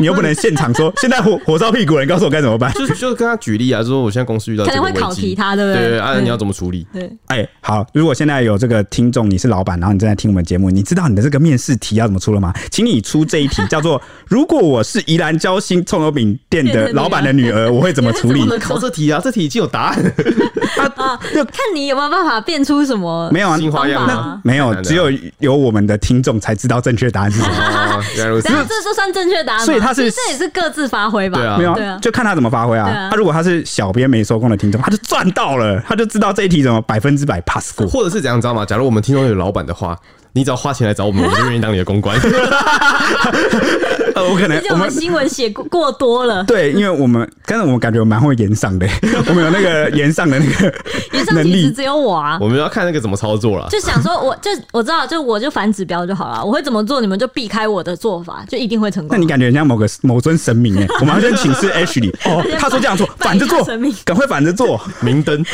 Speaker 1: 你又不能现场
Speaker 2: <laughs>
Speaker 1: 说，现在火火烧屁股了，你告诉我该怎么办。”
Speaker 3: 就是就是跟他举例啊，说我现在公司遇到
Speaker 2: 可
Speaker 3: 这个
Speaker 2: 能会考
Speaker 3: 危
Speaker 2: 题
Speaker 3: 机，
Speaker 2: 他，对不
Speaker 3: 对对
Speaker 2: 对？
Speaker 3: 啊，你要怎么处理？
Speaker 2: 对，
Speaker 1: 哎、好，如果现在有这个听众，你是老板，然后你正在听我们节目，你知道你的这个面试题要怎么出了吗？请你出这一题，叫做 <laughs> “如果我是宜兰交心葱油饼店 <laughs> 的老板的女儿，我会怎么处理
Speaker 3: 不
Speaker 2: <laughs>
Speaker 3: 能考这题啊，这题已经有答案了。
Speaker 2: 啊，看你有没有办法变出什”么
Speaker 1: 没有啊，
Speaker 3: 新花样
Speaker 2: 方法
Speaker 3: 啊
Speaker 2: <laughs> 啊，
Speaker 1: 没有
Speaker 3: 太，难了
Speaker 1: 只有有我们的听众才知道正确答案是什么。
Speaker 3: 哦，原来如
Speaker 2: <laughs>
Speaker 3: 此
Speaker 2: 等一。下这这算正确答案吗？
Speaker 1: 所以他是
Speaker 2: 其实这也是各自发挥吧？
Speaker 3: 对啊
Speaker 1: 没有
Speaker 2: 对
Speaker 1: 啊，
Speaker 2: 啊
Speaker 1: 就看他怎么发挥
Speaker 2: 对
Speaker 1: 啊
Speaker 2: 啊。
Speaker 1: 他如果他是小编没收工的听众，他就赚到了，他就知道这一题怎么百分之百 pass 过。
Speaker 3: 或者是怎样，你知道吗？假如我们听众有老板的话，你只要花钱来找我们，我们就愿意当你的公关。
Speaker 1: <laughs> 呃，我可能
Speaker 2: 毕竟
Speaker 1: 我
Speaker 2: 我
Speaker 1: 们
Speaker 2: 们新闻写过过多了，
Speaker 1: 对，因为我们，但是我们感觉我蛮会言上的， <laughs> 我们有那个言上的那
Speaker 2: 以
Speaker 1: 个
Speaker 2: 上
Speaker 1: 能
Speaker 2: 其
Speaker 1: 力
Speaker 2: 实。只有我啊。
Speaker 3: <laughs> 我们要看那个怎么操作啦。
Speaker 2: 就想说我，就我知道，就我就反指标就好了。我会怎么做，你们就避开我的做法，就一定会成
Speaker 1: 那
Speaker 2: 功。
Speaker 1: 你感觉很像某个某尊神明哎，我们要先请
Speaker 2: <laughs>
Speaker 1: 示 H 里哦，他说这样做，反着做
Speaker 2: 拜一下神明，
Speaker 1: 赶快反着做。
Speaker 3: 明灯，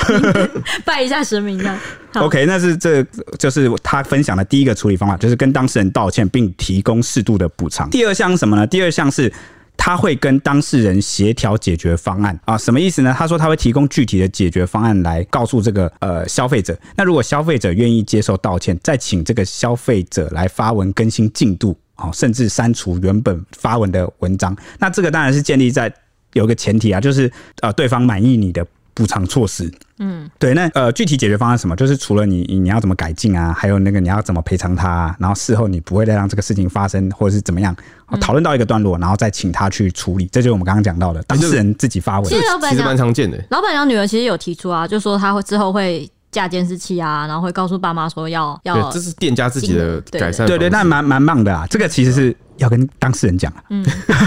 Speaker 2: 拜一下神明这样。好
Speaker 1: OK，那是这就是他分享的第一个处理方法，就是跟当事人道歉并提供适度的补偿。第二项是什么呢？第二项是。他会跟当事人协调解决方案啊，什么意思呢？他说他会提供具体的解决方案来告诉这个呃消费者。那如果消费者愿意接受道歉，再请这个消费者来发文更新进度，哦，甚至删除原本发文的文章。那这个当然是建立在有一个前提啊，就是呃对方满意你的补偿措施。对，那呃，具体解决方案是什么？就是除了你你要怎么改进啊，还有那个你要怎么赔偿他、啊，然后事后你不会再让这个事情发生，或者是怎么样，哦讨论到一个段落，然后再请他去处理。这就是我们刚刚讲到的，当事人自己发文
Speaker 2: 其。实老板
Speaker 3: 其实
Speaker 2: 娘
Speaker 3: 蛮常见的、
Speaker 2: 老板娘女儿其实有提出啊，就说她会之后会架监视器啊，然后会告诉爸妈说要要
Speaker 3: 对，这是店家自己的改善方式。
Speaker 1: 对对，那蛮蛮棒的啊，这个其实是要跟当事人讲、啊， <laughs>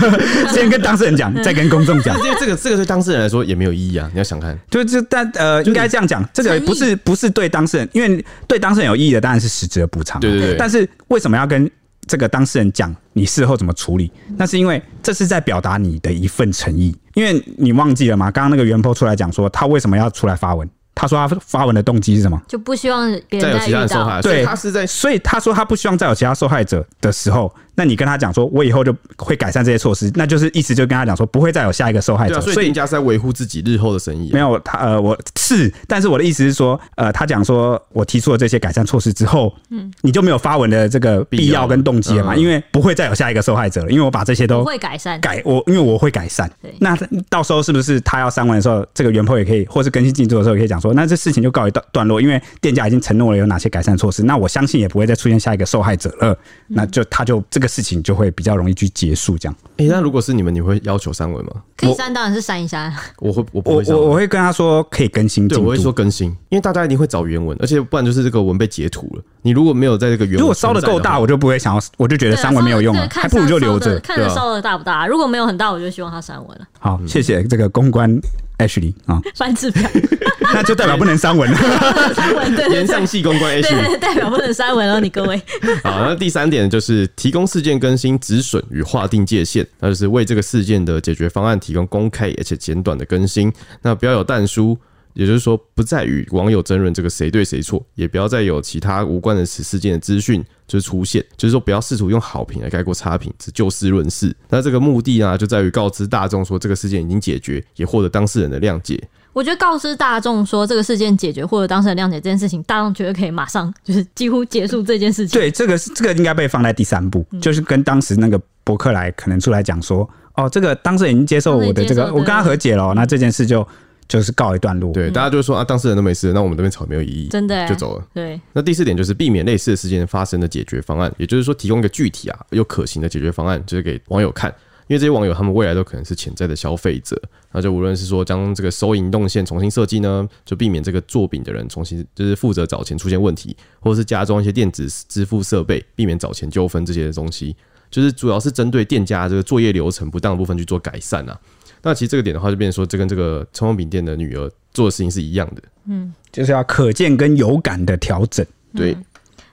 Speaker 1: 先跟当事人讲，再跟公众讲。
Speaker 3: 因为这个这个对当事人来说也没有意义啊。你要想看，
Speaker 1: 就这，但呃，应该这样讲，这个
Speaker 2: 诚意
Speaker 1: 不是不是对当事人，因为对当事人有意义的当然是实质的补偿啊，
Speaker 3: 对对对
Speaker 1: 但是为什么要跟这个当事人讲你事后怎么处理？那是因为这是在表达你的一份诚意，因为你忘记了嘛？刚刚那个袁坡出来讲说，他为什么要出来发文？他说他发文的动机是什么？
Speaker 2: 就不希望别
Speaker 3: 再有
Speaker 2: 人再
Speaker 3: 其他
Speaker 2: 遇
Speaker 3: 人受
Speaker 2: 到。
Speaker 3: 害，
Speaker 1: 对
Speaker 3: 所以他是在
Speaker 1: 所以他说他不希望再有其他受害者的时候，那你跟他讲说，我以后就会改善这些措施，那就是意思就跟他讲说，不会再有下一个受害
Speaker 3: 对
Speaker 1: 者。
Speaker 3: 啊，所以
Speaker 1: 所以
Speaker 3: 店家是在维护自己日后的生意啊、
Speaker 1: 没有他呃，我是，但是我的意思是说，呃，他讲说我提出了这些改善措施之后，嗯，你就没有发文的这个
Speaker 3: 必
Speaker 1: 必
Speaker 3: 要
Speaker 1: 要跟动机了嘛，
Speaker 3: 嗯
Speaker 1: 因为不会再有下一个受害者了，因为我把这些
Speaker 2: 不
Speaker 1: 都
Speaker 2: 会改善，
Speaker 1: 改我，因为我会改善
Speaker 2: 对。
Speaker 1: 那到时候是不是他要删文的时候，这个原 po 也可以，或是更新进度的时候也可以讲说，那这事情就告一段段落，因为店家已经承诺了有哪些改善措施，那我相信也不会再出现下一个受害者了。
Speaker 2: 嗯
Speaker 1: 那就他就这个事情就会比较容易去结束。这样，
Speaker 3: 诶，那如果是你们，你会要求删文吗？
Speaker 2: 可以删当然是删一删，
Speaker 3: 我会，我不
Speaker 1: 我
Speaker 3: 会删文。
Speaker 1: 我我会跟他说可以更新
Speaker 3: 对，
Speaker 1: 进
Speaker 3: 我会说
Speaker 1: 度。
Speaker 3: 更新，因为大家一定会找原文，而且不然就是这个文被截图了。你如果没有在这个原文，
Speaker 1: 如果烧的够大，，我就不会想要，我就觉得
Speaker 2: 对啊
Speaker 1: 删文没有用
Speaker 2: 烧
Speaker 1: 了
Speaker 2: 得，看
Speaker 1: 还不如就留
Speaker 2: 烧得
Speaker 1: 着。
Speaker 2: 看着
Speaker 3: 对啊
Speaker 2: 烧的大不大。如果没有很大，我就希望它删文了，
Speaker 1: 好，谢谢这个公关 Ashley 啊，
Speaker 2: 翻支
Speaker 3: <laughs>
Speaker 2: 票
Speaker 1: 那就代表不能删文了。 <laughs>
Speaker 2: 删文，对对
Speaker 3: 言
Speaker 2: 对
Speaker 3: 上系公关 H
Speaker 2: 对对，代表不能删文哦，你各位。
Speaker 3: 好，那第三点就是提供事件更新止损与划定界限，那就是为这个事件的解决方案提供公开而且简短的更新。那不要有淡书，也就是说不再与网友争论这个谁对谁错，也不要再有其他无关的此事件的资讯就是出现，就是说不要试图用好评来盖过差评，只就事论事。那这个目的呢，就在于告知大众说这个事件已经解决，也获得当事人的谅解。
Speaker 2: 我觉得告知大众说这个事件解决或者当事人谅解这件事情，大众觉得可以马上就是几乎结束这件事情。
Speaker 1: 对，这个是这个应该被放在第三步，
Speaker 2: 嗯
Speaker 1: 就是跟当时那个伯克莱可能出来讲说，哦，这个当事人已经接受我的这个
Speaker 2: 当，事人已经接受
Speaker 1: 我跟他
Speaker 2: 对
Speaker 1: 和解了，哦那这件事就就是告一段落。
Speaker 3: 对，大家就会说啊，当事人都没事，那我们这边吵没有意义，
Speaker 2: 嗯真的欸
Speaker 3: 就走了。
Speaker 2: 对，
Speaker 3: 那第四点就是避免类似的事件发生的解决方案，也就是说提供一个具体啊又可行的解决方案，就是给网友看。因为这些网友他们未来都可能是潜在的消费者，那就无论是说将这个收银动线重新设计呢，就避免这个做饼的人重新就是负责找钱出现问题，或者是加装一些电子支付设备，避免找钱纠纷这些东西，就是主要是针对店家这个作业流程不当的部分去做改善啊。那其实这个点的话，就变成说这跟这个葱油饼店的女儿做的事情是一样的，
Speaker 1: 就是要可见跟有感的调整。
Speaker 3: 对。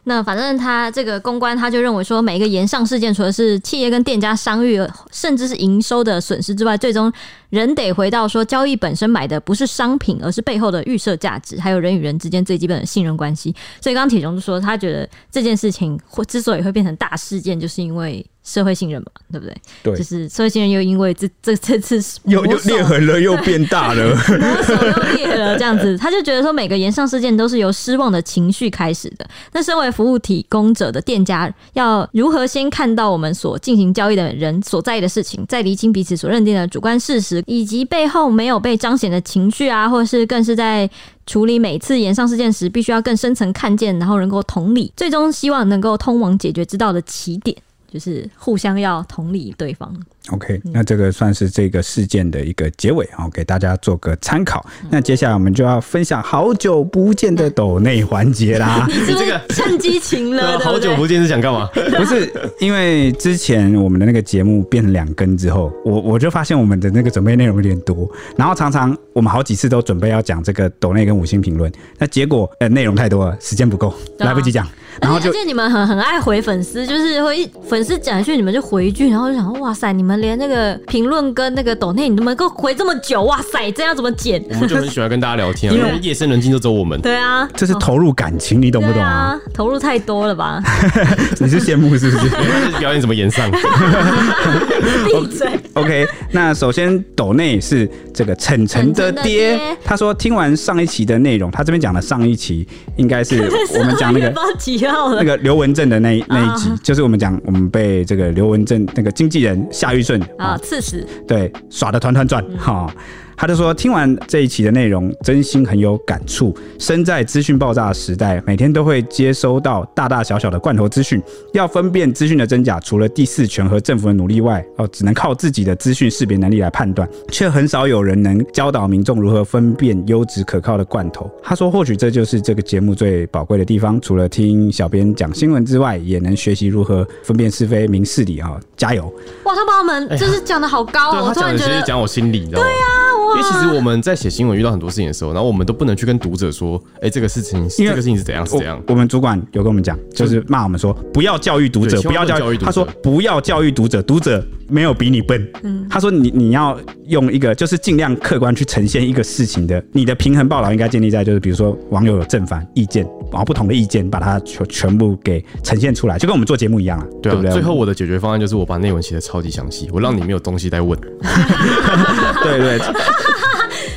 Speaker 2: 那反正他这个公关他就认为说，每一个延上事件，除了是企业跟店家商誉，呃甚至是营收的损失之外，最终人得回到说，交易本身买的不是商品，而是背后的预设价值，还有人与人之间最基本的信任关系。所以刚刚铁雄就说，他觉得这件事情或之所以会变成大事件，就是因为社会信任嘛，对不对？
Speaker 1: 对
Speaker 2: 就是社会信任又因为这这这次
Speaker 1: 又又
Speaker 2: 魔手
Speaker 1: 裂痕了，又变大了。
Speaker 2: 我手又裂了，这样子，他就觉得说每个延上事件都是由失望的情绪开始的。那身为服务提供者的店家，要如何先看到我们所进行交易的人所在意的事情，再厘清彼此所认定的主观事实，以及背后没有被彰显的情绪啊，或者是更是在处理每次延上事件时，必须要更深层看见，然后能够同理，最终希望能够通往解决之道的起点。就是互相要同理对方，
Speaker 1: OK，那
Speaker 2: 嗯
Speaker 1: 这个算是这个事件的一个结尾啊、哦，给大家做个参考。那接下来我们就要分享好久不见的抖内环节
Speaker 2: <laughs>
Speaker 1: 啦。
Speaker 2: 你是不
Speaker 3: 这
Speaker 2: 是
Speaker 3: 个
Speaker 2: 趁激情
Speaker 3: 对
Speaker 2: 了？
Speaker 3: 啊，
Speaker 2: 对
Speaker 3: 好
Speaker 2: 对
Speaker 3: 久不见是想干嘛？
Speaker 1: 不是因为之前我们的那个节目变成两更之后，我我就发现我们的那个准备内容有点多，然后常常我们好几次都准备要讲这个抖内跟五星评论，那结果呃内容太多了，时间不够，
Speaker 2: 对啊哦
Speaker 1: 来不及讲，然后
Speaker 2: <laughs> 而且而
Speaker 1: 就
Speaker 2: 且你们很很爱回粉丝，就是会一粉丝讲一句，你们就回一句，然后就想说哇塞，你们连那个评论跟那个抖内，你们能够回这么久，哇塞，这样怎么剪？
Speaker 3: 我们就很喜欢跟大家聊天、啊，
Speaker 1: 因
Speaker 3: 因
Speaker 1: 为
Speaker 3: 为夜深人静就只有我
Speaker 1: <laughs>
Speaker 3: 们。
Speaker 2: 对啊，
Speaker 1: 这是投入感情，你懂不懂
Speaker 2: 对
Speaker 1: 啊？
Speaker 2: 啊？投入太多了
Speaker 1: <laughs>
Speaker 2: 吧？啊
Speaker 1: 你是羡慕是不是
Speaker 3: 表演怎么演上？
Speaker 1: 哦
Speaker 2: 闭嘴！
Speaker 1: ？OK，那首先抖内是这个晨晨的
Speaker 2: 晨
Speaker 1: 爹
Speaker 2: 晨的爹，
Speaker 1: 他说听完上一期的内容，他这边讲的上一期应该 <laughs> 是我们讲那
Speaker 2: <laughs> 12月
Speaker 1: 个
Speaker 2: 不。知道几号了
Speaker 1: 那。个刘文正的那一那一集
Speaker 2: 啊，
Speaker 1: 就是我们讲我们被这个刘文正那个经纪人夏玉顺
Speaker 2: 啊，刺史
Speaker 1: 对，耍的团团转哈。他就说，听完这一期的内容，真心很有感触。身在资讯爆炸的时代，每天都会接收到大大小小的罐头资讯，要分辨资讯的真假，除了第四权和政府的努力外，哦，只能靠自己的资讯识别能力来判断，却很少有人能教导民众如何分辨优质可靠的罐头。他说，或许这就是这个节目最宝贵的地方，除了听小编讲新闻之外，也能学习如何分辨是非、明事理啊、加油！
Speaker 2: 哇，他把我
Speaker 1: 哎
Speaker 2: 们就是讲的好高
Speaker 3: 对
Speaker 2: 哦，我
Speaker 3: 啊，他
Speaker 2: 突
Speaker 3: 讲
Speaker 2: 然
Speaker 3: 的其
Speaker 2: 觉
Speaker 3: 实
Speaker 2: 得啊
Speaker 3: 讲我心里，你知道吗？
Speaker 1: 啊
Speaker 3: 因为其实我们在写新闻遇到很多事情的时候，然后我们都不能去跟读者说，哎，这个事情，
Speaker 1: 因
Speaker 3: 这
Speaker 1: 为
Speaker 3: 个事情是怎样是
Speaker 1: 我
Speaker 3: 怎样。
Speaker 1: 我们主管有跟我们讲，就是骂我们说不要教育读者，
Speaker 3: 对
Speaker 1: 不要教
Speaker 3: 千万不能教育读者
Speaker 1: 他说不要教育读者，读者没有比你笨。他说你你要用一个就是尽量客观去呈现一个事情的，你的平衡报道应该建立在就是比如说网友有正反意见，然后不同的意见把它全全部给呈现出来，就跟我们做节目一样啊，
Speaker 3: 对啊，
Speaker 1: 不对？
Speaker 3: 最后我的解决方案就是我把内文写的超级详细，我让你没有东西再问。
Speaker 1: 对对对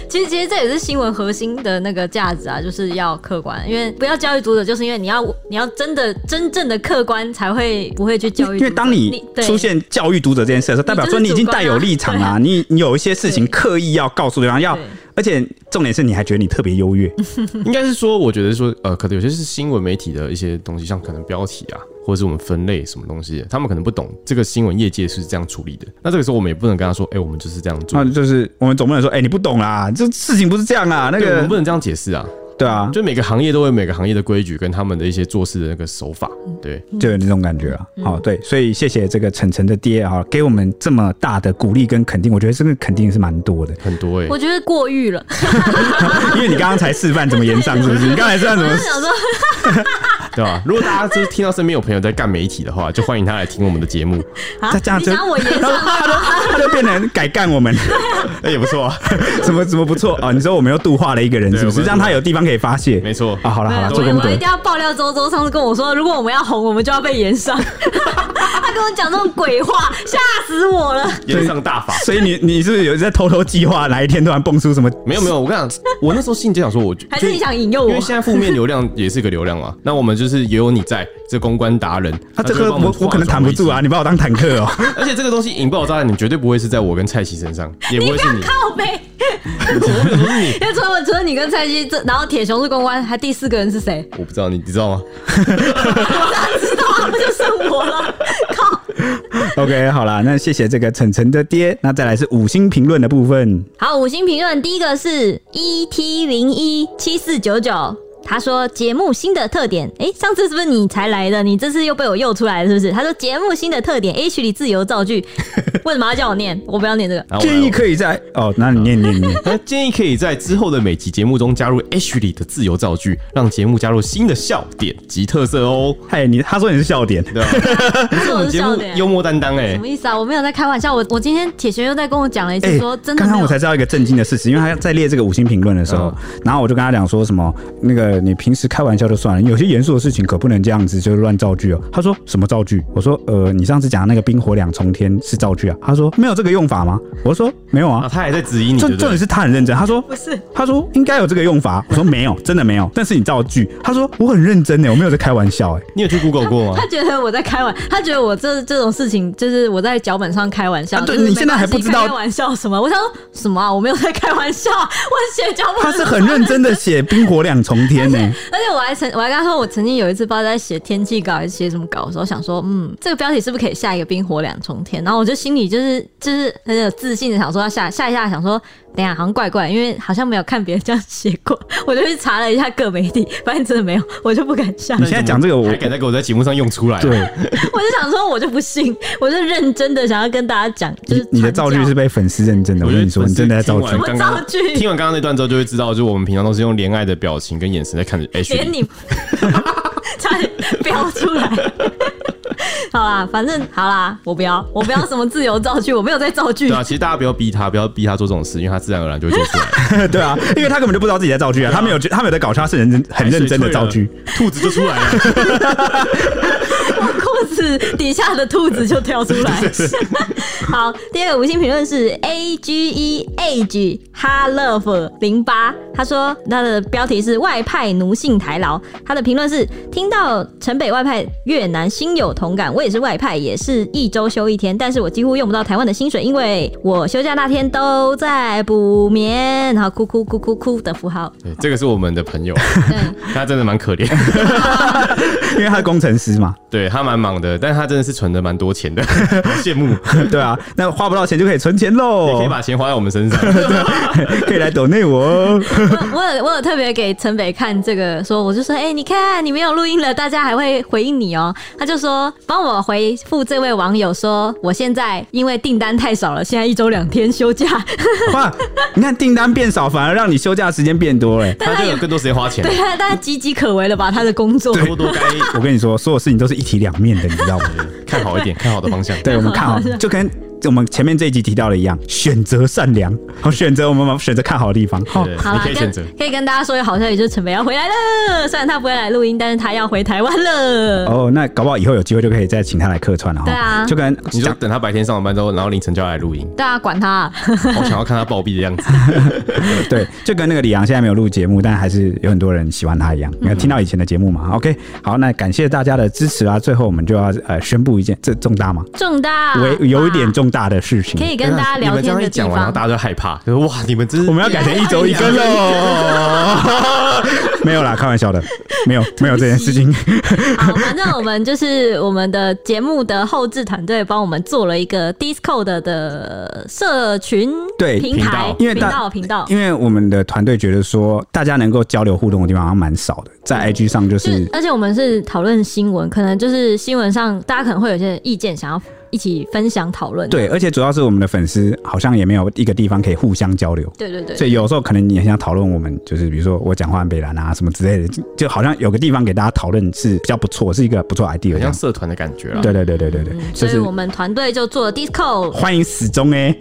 Speaker 2: 其实，其实这也是新闻核心的那个价值啊，就是要客观，因为不要教育读者，就是因为你要你要真的真正的客观，才会不会去教育
Speaker 1: 因为
Speaker 2: 读
Speaker 1: <laughs>
Speaker 2: 者。
Speaker 1: 因为当你
Speaker 2: 对
Speaker 1: 出现教育读者这件事的时候，代表说你已经带有立场啦、啊你你有一些事情刻意要告诉对方，要
Speaker 2: 对
Speaker 1: 而且重点是你还觉得你特别优越，
Speaker 3: 应该是说，我觉得说，呃，可能有些是新闻媒体的一些东西，像可能标题啊，或者是我们分类什么东西的，他们可能不懂这个新闻业界是这样处理的。那这个时候我们也不能跟他说，哎、我们就是这样做
Speaker 1: 那，就是我们总不能说，哎、你不懂啦，这事情不是这样啊，那
Speaker 3: 对，我们不
Speaker 1: 个
Speaker 3: 能这样解释啊。
Speaker 1: 对啊，
Speaker 3: 就每个行业都有每个行业的规矩跟他们的一些做事的那个手法，
Speaker 2: 嗯
Speaker 3: 对，
Speaker 1: 就有那种感觉啊。
Speaker 3: 嗯
Speaker 1: 好、对，所以谢谢这个晨晨的爹啊，给我们这么大的鼓励跟肯定，我觉得这个肯定是蛮
Speaker 3: <laughs>
Speaker 1: 多的，
Speaker 3: 很多哎、
Speaker 2: 我觉得过誉了，
Speaker 1: 因为你刚刚才示范怎么言上，是不是？你刚才示范
Speaker 2: 我
Speaker 1: 怎么
Speaker 3: <laughs>
Speaker 2: 就？想
Speaker 1: <laughs>
Speaker 2: 说，
Speaker 3: 对吧、如果大家就是听到身边有朋友在干媒体的话，就欢迎他来听我们的节目，
Speaker 2: 啊
Speaker 1: 他这样
Speaker 2: 你
Speaker 1: 就
Speaker 2: 想我言
Speaker 1: 他 <laughs>
Speaker 2: 上
Speaker 1: 就他就他就变成改干
Speaker 3: <laughs>
Speaker 1: 我们，
Speaker 3: 哎、也不错啊，
Speaker 1: 怎么怎么不错啊？你说我们又度化了一个人，
Speaker 3: 对
Speaker 1: 是不
Speaker 3: 我
Speaker 1: 是？
Speaker 3: 们
Speaker 1: 让他有地方可以发泄。
Speaker 3: 没错
Speaker 1: 啊，好了好了，
Speaker 2: 对
Speaker 1: 做
Speaker 2: 我
Speaker 1: 功
Speaker 2: 我
Speaker 1: 德
Speaker 2: 一定。要爆料周周上次跟我说，如果我们要红，我们就要被延上。 <laughs> 他跟我讲这种鬼话，吓死我了。
Speaker 3: 言上
Speaker 2: <laughs>
Speaker 3: 大法。
Speaker 1: <laughs> 所以你你是不是有在偷偷计划哪一天突然蹦出什么？
Speaker 3: 没有没有，我跟你讲，我那时候信就想说我，就
Speaker 2: 还是你想引诱
Speaker 3: 因
Speaker 2: 我
Speaker 3: 为？现在负面流量也是个流量嘛，那我们就是也有你在这公关达人，
Speaker 1: 他啊这
Speaker 3: 就会
Speaker 1: 个
Speaker 3: 帮们
Speaker 1: 我我可能
Speaker 3: 化
Speaker 1: 扛
Speaker 3: 妆
Speaker 1: 不住啊！你把我当坦克哦、
Speaker 3: 一次，而且这个东西引爆炸弹，你绝对不会是在我跟蔡奇身上，也不会是你，
Speaker 2: 靠背，哎
Speaker 3: 我没有说是你，
Speaker 2: 因为除了除了你跟蔡西，这然后铁熊是公关，还第四个人是谁？
Speaker 3: <laughs>
Speaker 2: <laughs>
Speaker 3: 我不知道你，你知道吗？
Speaker 2: 知道啊，就剩我了。靠！
Speaker 1: OK，好啦，那谢谢这个晨晨的爹。那再来是五星评论的部分，
Speaker 2: 好，五星评论第一个是 ET 零一七四九九。他说节目新的特点，诶，上次是不是你才来的？你这次又被我诱出来了，是不是？他说节目新的特点，H 里自由造句，
Speaker 1: <laughs>
Speaker 2: 为什么要叫我念？我不要念这个。
Speaker 3: 然后我
Speaker 1: 建议可以在哦，那你 <laughs> 念念念。
Speaker 3: 那建议可以在之后的每集节目中加入 H 里的自由造句，让节目加入新的笑点及特色哦。
Speaker 1: 嗨，哎你他说你是笑点，
Speaker 2: <laughs>
Speaker 3: 对吧？
Speaker 2: 这是我的
Speaker 3: 节
Speaker 2: 笑
Speaker 3: 目
Speaker 2: 点。
Speaker 3: 幽默担当哎、
Speaker 2: <laughs> 什么意思啊？我没有在开玩笑，我我今天铁拳又在跟我讲了一次
Speaker 1: 哎，
Speaker 2: 说真的
Speaker 1: 刚
Speaker 2: 没有，
Speaker 1: 刚我才知道一个震惊的事实，因为他在列这个五星评论的时
Speaker 3: 嗯
Speaker 1: 候，然后我就跟他讲说什么，那个你平时开玩笑就算了，有些严肃的事情可不能这样子就是乱造句哦。他说什么造句？我说呃，你上次讲的那个冰火两重天是造句啊？他说没有这个用法吗？我说没有
Speaker 3: 啊，
Speaker 1: 啊。
Speaker 3: 他还在质疑你，
Speaker 1: 重
Speaker 3: 对不
Speaker 1: 重
Speaker 3: 对
Speaker 1: 点？是他很认真，他说
Speaker 2: 不是
Speaker 1: 他说应该有这个用法，我说没有，真的没有。但是你造句，他说我很认真呢，欸我没有在开玩笑哎。
Speaker 3: 你有去 Google 过吗
Speaker 2: 他？觉得我在开玩，他觉得我这这种事情就是我在脚本上开玩笑。
Speaker 1: 啊对
Speaker 2: 就是
Speaker 1: 你现在还不知道
Speaker 2: 没关系开玩笑什么？我想说什么啊？我没有在开玩笑，我写脚
Speaker 1: 他
Speaker 2: 本。
Speaker 1: 是很认真的写冰火两重天欸呢，
Speaker 2: 而且我还曾我还跟他说，我曾经有一次不知道在写天气稿还是写什么稿的时候，想说，嗯，这个标题是不是可以下一个冰火两重天？然后我就心里就是就是很有自信的想说要下下一下，想说等一下好像怪怪，因为好像没有看别人这样写过，我就去查了一下各媒体，发现真的没有，我就不敢下。
Speaker 1: 你现在讲这个我
Speaker 3: 还敢再给我在节目上用出来、啊？
Speaker 1: 对，
Speaker 2: 我就想说，我就不信，我就认真的想要跟大家讲， <laughs>
Speaker 1: 你
Speaker 2: 就是
Speaker 1: 你的造句是
Speaker 2: 不
Speaker 1: 被粉丝认证的，我
Speaker 3: 我
Speaker 1: 跟
Speaker 3: 觉得
Speaker 1: 你说，你真的在造句
Speaker 3: 听。完刚
Speaker 2: 我
Speaker 3: 刚
Speaker 2: 造句
Speaker 3: 听完刚刚那段之后，就会知道，就是我们平常都是用怜爱的表情跟眼神在看
Speaker 2: <laughs>
Speaker 3: 着 H
Speaker 2: 连
Speaker 3: 里。
Speaker 2: 你差点飙出来。 <laughs> 好啦，反正好啦，我不要，我不要什么自由造句，我没有在造句
Speaker 3: 对。啊，其实大家不要逼他，不要逼他做这种事，因为他自然而然就会做
Speaker 2: <laughs>
Speaker 3: 出
Speaker 1: <laughs>
Speaker 3: 来。
Speaker 1: 对啊，因为他根本就不知道自己在造句啊，他没有觉，他没有在搞笑，他是认真很认真的造
Speaker 3: <laughs>
Speaker 1: 句。
Speaker 3: 兔子就出来了。
Speaker 2: 裤子底下的兔子就跳出来。 <laughs> 好，第二个五星评论是 A G E Age 哈 love 零八，他说他的标题是外派奴性台劳，他的评论是听到城北外派越南心有同感，我也是外派，也是一周休一天，但是我几乎用不到台湾的薪水，因为我休假那天都在补眠，然后哭哭哭哭哭的符号，
Speaker 3: 对，这个是我们的朋友，啊
Speaker 2: 对，
Speaker 3: 他真的蛮可怜，啊
Speaker 1: 因为他是工程师嘛，
Speaker 3: 对他蛮忙的，但是他真的是存的蛮多钱的， <laughs> 好羡慕，
Speaker 1: 对啊，那花不到钱就可以存钱
Speaker 2: 哦
Speaker 3: 也可以
Speaker 1: 喽，
Speaker 3: 把钱花在我们
Speaker 2: <laughs>
Speaker 3: 身上。
Speaker 1: 可以来抖内我哦。
Speaker 2: 我有我有特别给陈北看这个，说我就说，哎、你看你没有录音了，大家还会回应你哦。他就说帮我回复这位网友说，我现在因为订单太少了，现在一周两天休假，
Speaker 1: 哇，你看订单变少，反而让你休假时间变多哎。
Speaker 3: 他就有更多时间花钱
Speaker 2: <laughs>
Speaker 3: 了
Speaker 2: 对，啊，大家岌岌可危了吧？他的工作，
Speaker 3: 差不多该
Speaker 1: 我跟你说，所有事情都是一体两面的，你知道吗？
Speaker 3: 看好一点，看好的方向。
Speaker 2: <laughs>
Speaker 1: 对，我们看好，就跟我们前面这一集提到的一样，选择善良，好选择我们选择看好的地方。好，
Speaker 3: 对
Speaker 2: 好
Speaker 3: 你
Speaker 2: 啦，
Speaker 3: 可以选择。
Speaker 2: 跟可以跟大家说一个好消息，就是陈北要回来了。虽然他不会来录音，但是他要回台湾了。
Speaker 1: 哦，那搞不好以后有机会就可以再请他来客串了哈。
Speaker 2: 对啊
Speaker 1: 就跟
Speaker 3: 你就等他白天上完班之后，然后凌晨就要
Speaker 2: <laughs>
Speaker 3: 来录音，
Speaker 2: 对啊，管他，
Speaker 3: 好想要看他暴毙的样子。
Speaker 1: 对，就跟那个李阳现在没有录节目，但还是有很多人喜欢他一样。
Speaker 3: 嗯
Speaker 1: 你有听到以前的节目嘛？OK，好，那感谢大家的支持啊！最后我们就要呃宣布一件，这重大吗？
Speaker 2: 重大
Speaker 1: 为有一点
Speaker 2: 吧
Speaker 1: 重大的事情
Speaker 2: 啊可，以跟大家聊
Speaker 3: 啊你们这
Speaker 2: 天
Speaker 3: 样一
Speaker 2: 的地
Speaker 3: 讲完，然后
Speaker 2: 方。
Speaker 3: 大家就害怕，就说哇，你们真是哦
Speaker 1: 我们要改
Speaker 3: <laughs>
Speaker 1: 成一周一
Speaker 2: <laughs>
Speaker 1: 更
Speaker 2: 哦
Speaker 1: 喽。没有啦，开玩笑的，没有没有这件事情。
Speaker 2: 好，反正我们就是我们的节目的后置团队帮我们做了一个 Discord 的社群
Speaker 1: 对
Speaker 2: 平台
Speaker 1: 因为
Speaker 2: 频
Speaker 1: 大
Speaker 2: 道频道，
Speaker 1: 因为我们的团队觉得说，大家能够交流互动的地方好像蛮少的，
Speaker 2: 嗯
Speaker 1: 在 IG 上就
Speaker 2: 就是是而且我们是讨论新闻，可能就是新闻上大家可能会有一些意见想要一起分享讨论。
Speaker 1: 对，而且主要是我们的粉丝好像也没有一个地方可以互相交流。
Speaker 2: 对对对
Speaker 1: 所以有时候可能你很想讨论我们，就是比如说我讲话很北兰啊什么之类的，就就好像有个地方给大家讨论是比较不错，是一个不
Speaker 2: 嗯
Speaker 1: 错 idea
Speaker 3: 很
Speaker 1: 这
Speaker 3: 像
Speaker 1: 样。
Speaker 3: 社团的感觉啦。
Speaker 1: 对对对对对对，就
Speaker 2: 所以
Speaker 1: 是
Speaker 2: 我们嗯团队就做
Speaker 1: <laughs>
Speaker 2: 了 Discord，
Speaker 1: 欢迎死忠哎、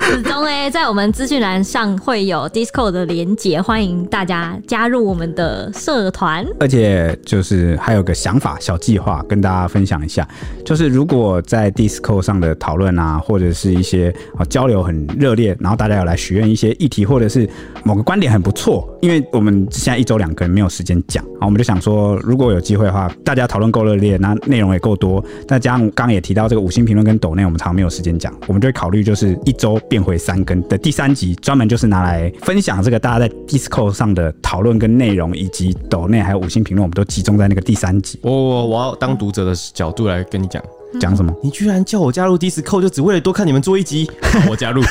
Speaker 2: 始终哎，在我们资讯栏上会有 Discord 的连接，欢迎大家加入我们的社团。
Speaker 1: 而且就是还有个想法小计划跟大家分享一下，就是如果在 Disco 上的讨论啊，或者是一些啊交流很热烈，然后大家有来许愿一些议题，或者是某个观点很不错，因为我们现在一周两更没有时间讲，啊，我们就想说，如果有机会的话，大家讨论够热烈，那内容也够多，再加上刚刚也提到这个五星评论跟抖内，我们常没有时间讲，我们就会考虑就是一周变回三更的第三集，专门就是拿来分享这个大家在 Disco 上的讨论跟内容，以及抖内还有五星评论，我们都集中在那个第三集
Speaker 3: 我我我要当读者的角度来跟你讲，
Speaker 1: 讲什么。
Speaker 3: 你居然叫我加入 Discord，就只为了多看你们做一
Speaker 2: <laughs>
Speaker 3: 集，好我加入。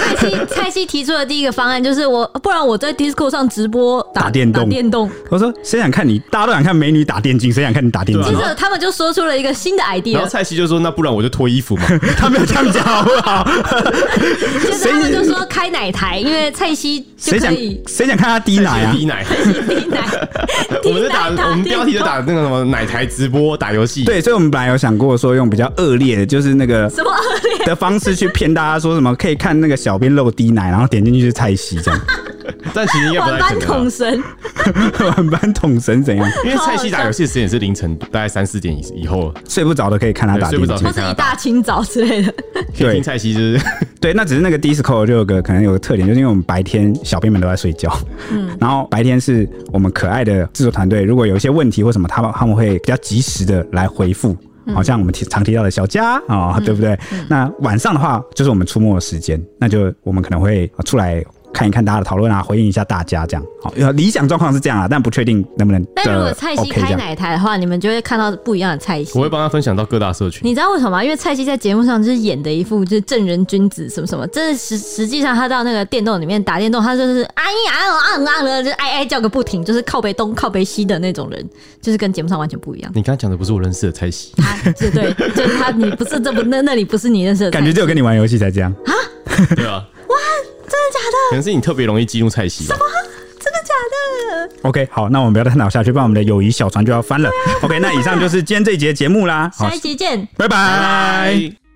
Speaker 2: 蔡西蔡西提出的第一个方案就是我，不然我在 Discord 上直播
Speaker 1: 打电动
Speaker 2: 打电动。
Speaker 3: 啊
Speaker 1: 我说谁想看你？大家都想看美女打电竞，谁想看你打电
Speaker 3: 对
Speaker 1: 竞
Speaker 2: 接
Speaker 3: 啊？
Speaker 2: 着他们就说出了一个新的
Speaker 3: 然后
Speaker 2: idea，
Speaker 3: 蔡西就说：“那不然我就脱衣
Speaker 2: <laughs>
Speaker 3: 服嘛。
Speaker 1: 他没有这样讲好不
Speaker 3: <laughs>
Speaker 1: 好？
Speaker 2: 接着他们就说开奶台，因为蔡西就
Speaker 1: 谁
Speaker 2: 可
Speaker 1: 想
Speaker 2: 以
Speaker 1: 谁想看他滴”奶
Speaker 3: <laughs>
Speaker 1: 啊
Speaker 3: 滴？奶，，
Speaker 2: 滴奶
Speaker 3: <laughs> 我们就打
Speaker 2: 滴奶
Speaker 3: 我们标题就打
Speaker 2: 电动
Speaker 3: 那个什么奶台直播打游戏。
Speaker 1: 对，所以我们本来有想过说用比较恶劣的，就是那个 <laughs>
Speaker 2: 什么恶劣？
Speaker 1: 的方式去骗大家说什么可以看那个小编露滴奶，然后点进去是蔡西这样， <laughs>
Speaker 3: 但其实应该不
Speaker 2: 晚
Speaker 3: 太
Speaker 2: 班
Speaker 3: 可能
Speaker 2: 统
Speaker 3: 啊，
Speaker 2: 神，
Speaker 1: 晚班桶神怎样？
Speaker 3: 因为蔡西打游戏的时间也是凌晨大概三四点以以后了。
Speaker 1: 睡不着的可以看他打电
Speaker 3: 对睡不
Speaker 1: 竞
Speaker 3: 着
Speaker 2: 或。是一大清早之类的。
Speaker 3: 可以
Speaker 1: 对
Speaker 3: 听蔡西 <laughs> 就是
Speaker 1: 对，那只是那个 Disco 就有个可能有个特点，就是因为我们白天小编们都在睡觉，嗯， <laughs> 然后白天是我们可爱的制作团队，如果有一些问题或什么，他们他们会比较及时的来回复。
Speaker 2: 嗯
Speaker 1: 好像我们提常提到的小佳啊、对不对？那晚上的话，就是我们出没的时间，那就我们可能会呃出来看一看大家的讨论啊，回应一下大家这样。好，呃理想状况是这样啊，但不确定能不能。
Speaker 2: 但如果蔡
Speaker 1: 呃
Speaker 3: 哦
Speaker 2: 西
Speaker 1: OK 这
Speaker 2: 开
Speaker 1: 样。
Speaker 2: 奶台的话，你们就会看到不一样的蔡西
Speaker 3: 我。会帮他分享到各大社群。
Speaker 2: 你知道为什么吗？因为蔡西在节目上就是演的一副就是正人君子什么什么，真的实实际上他到那个电动里面打电动，他就是哎呀啊啊啊的，就是哎哎叫个不停，就是靠北东靠北西的那种人，就是跟节目上完全不一样。
Speaker 3: 你刚才讲的不是我认识的蔡西，
Speaker 2: 他是对，就是他，你不是这不那那里不是你认识的蔡
Speaker 1: 感
Speaker 2: 西，
Speaker 1: 觉只有跟你玩游戏才这样。
Speaker 3: 对啊，哇，真的假的？可能是你特别容易激怒蔡西吧。
Speaker 2: 真的假的？
Speaker 1: OK，好，那我们不要再探讨下去，不然我们的友谊小船就要翻了。OK，那以上就是今天这一节节目啦。好
Speaker 2: 下一，集见。
Speaker 1: 拜拜。
Speaker 3: 拜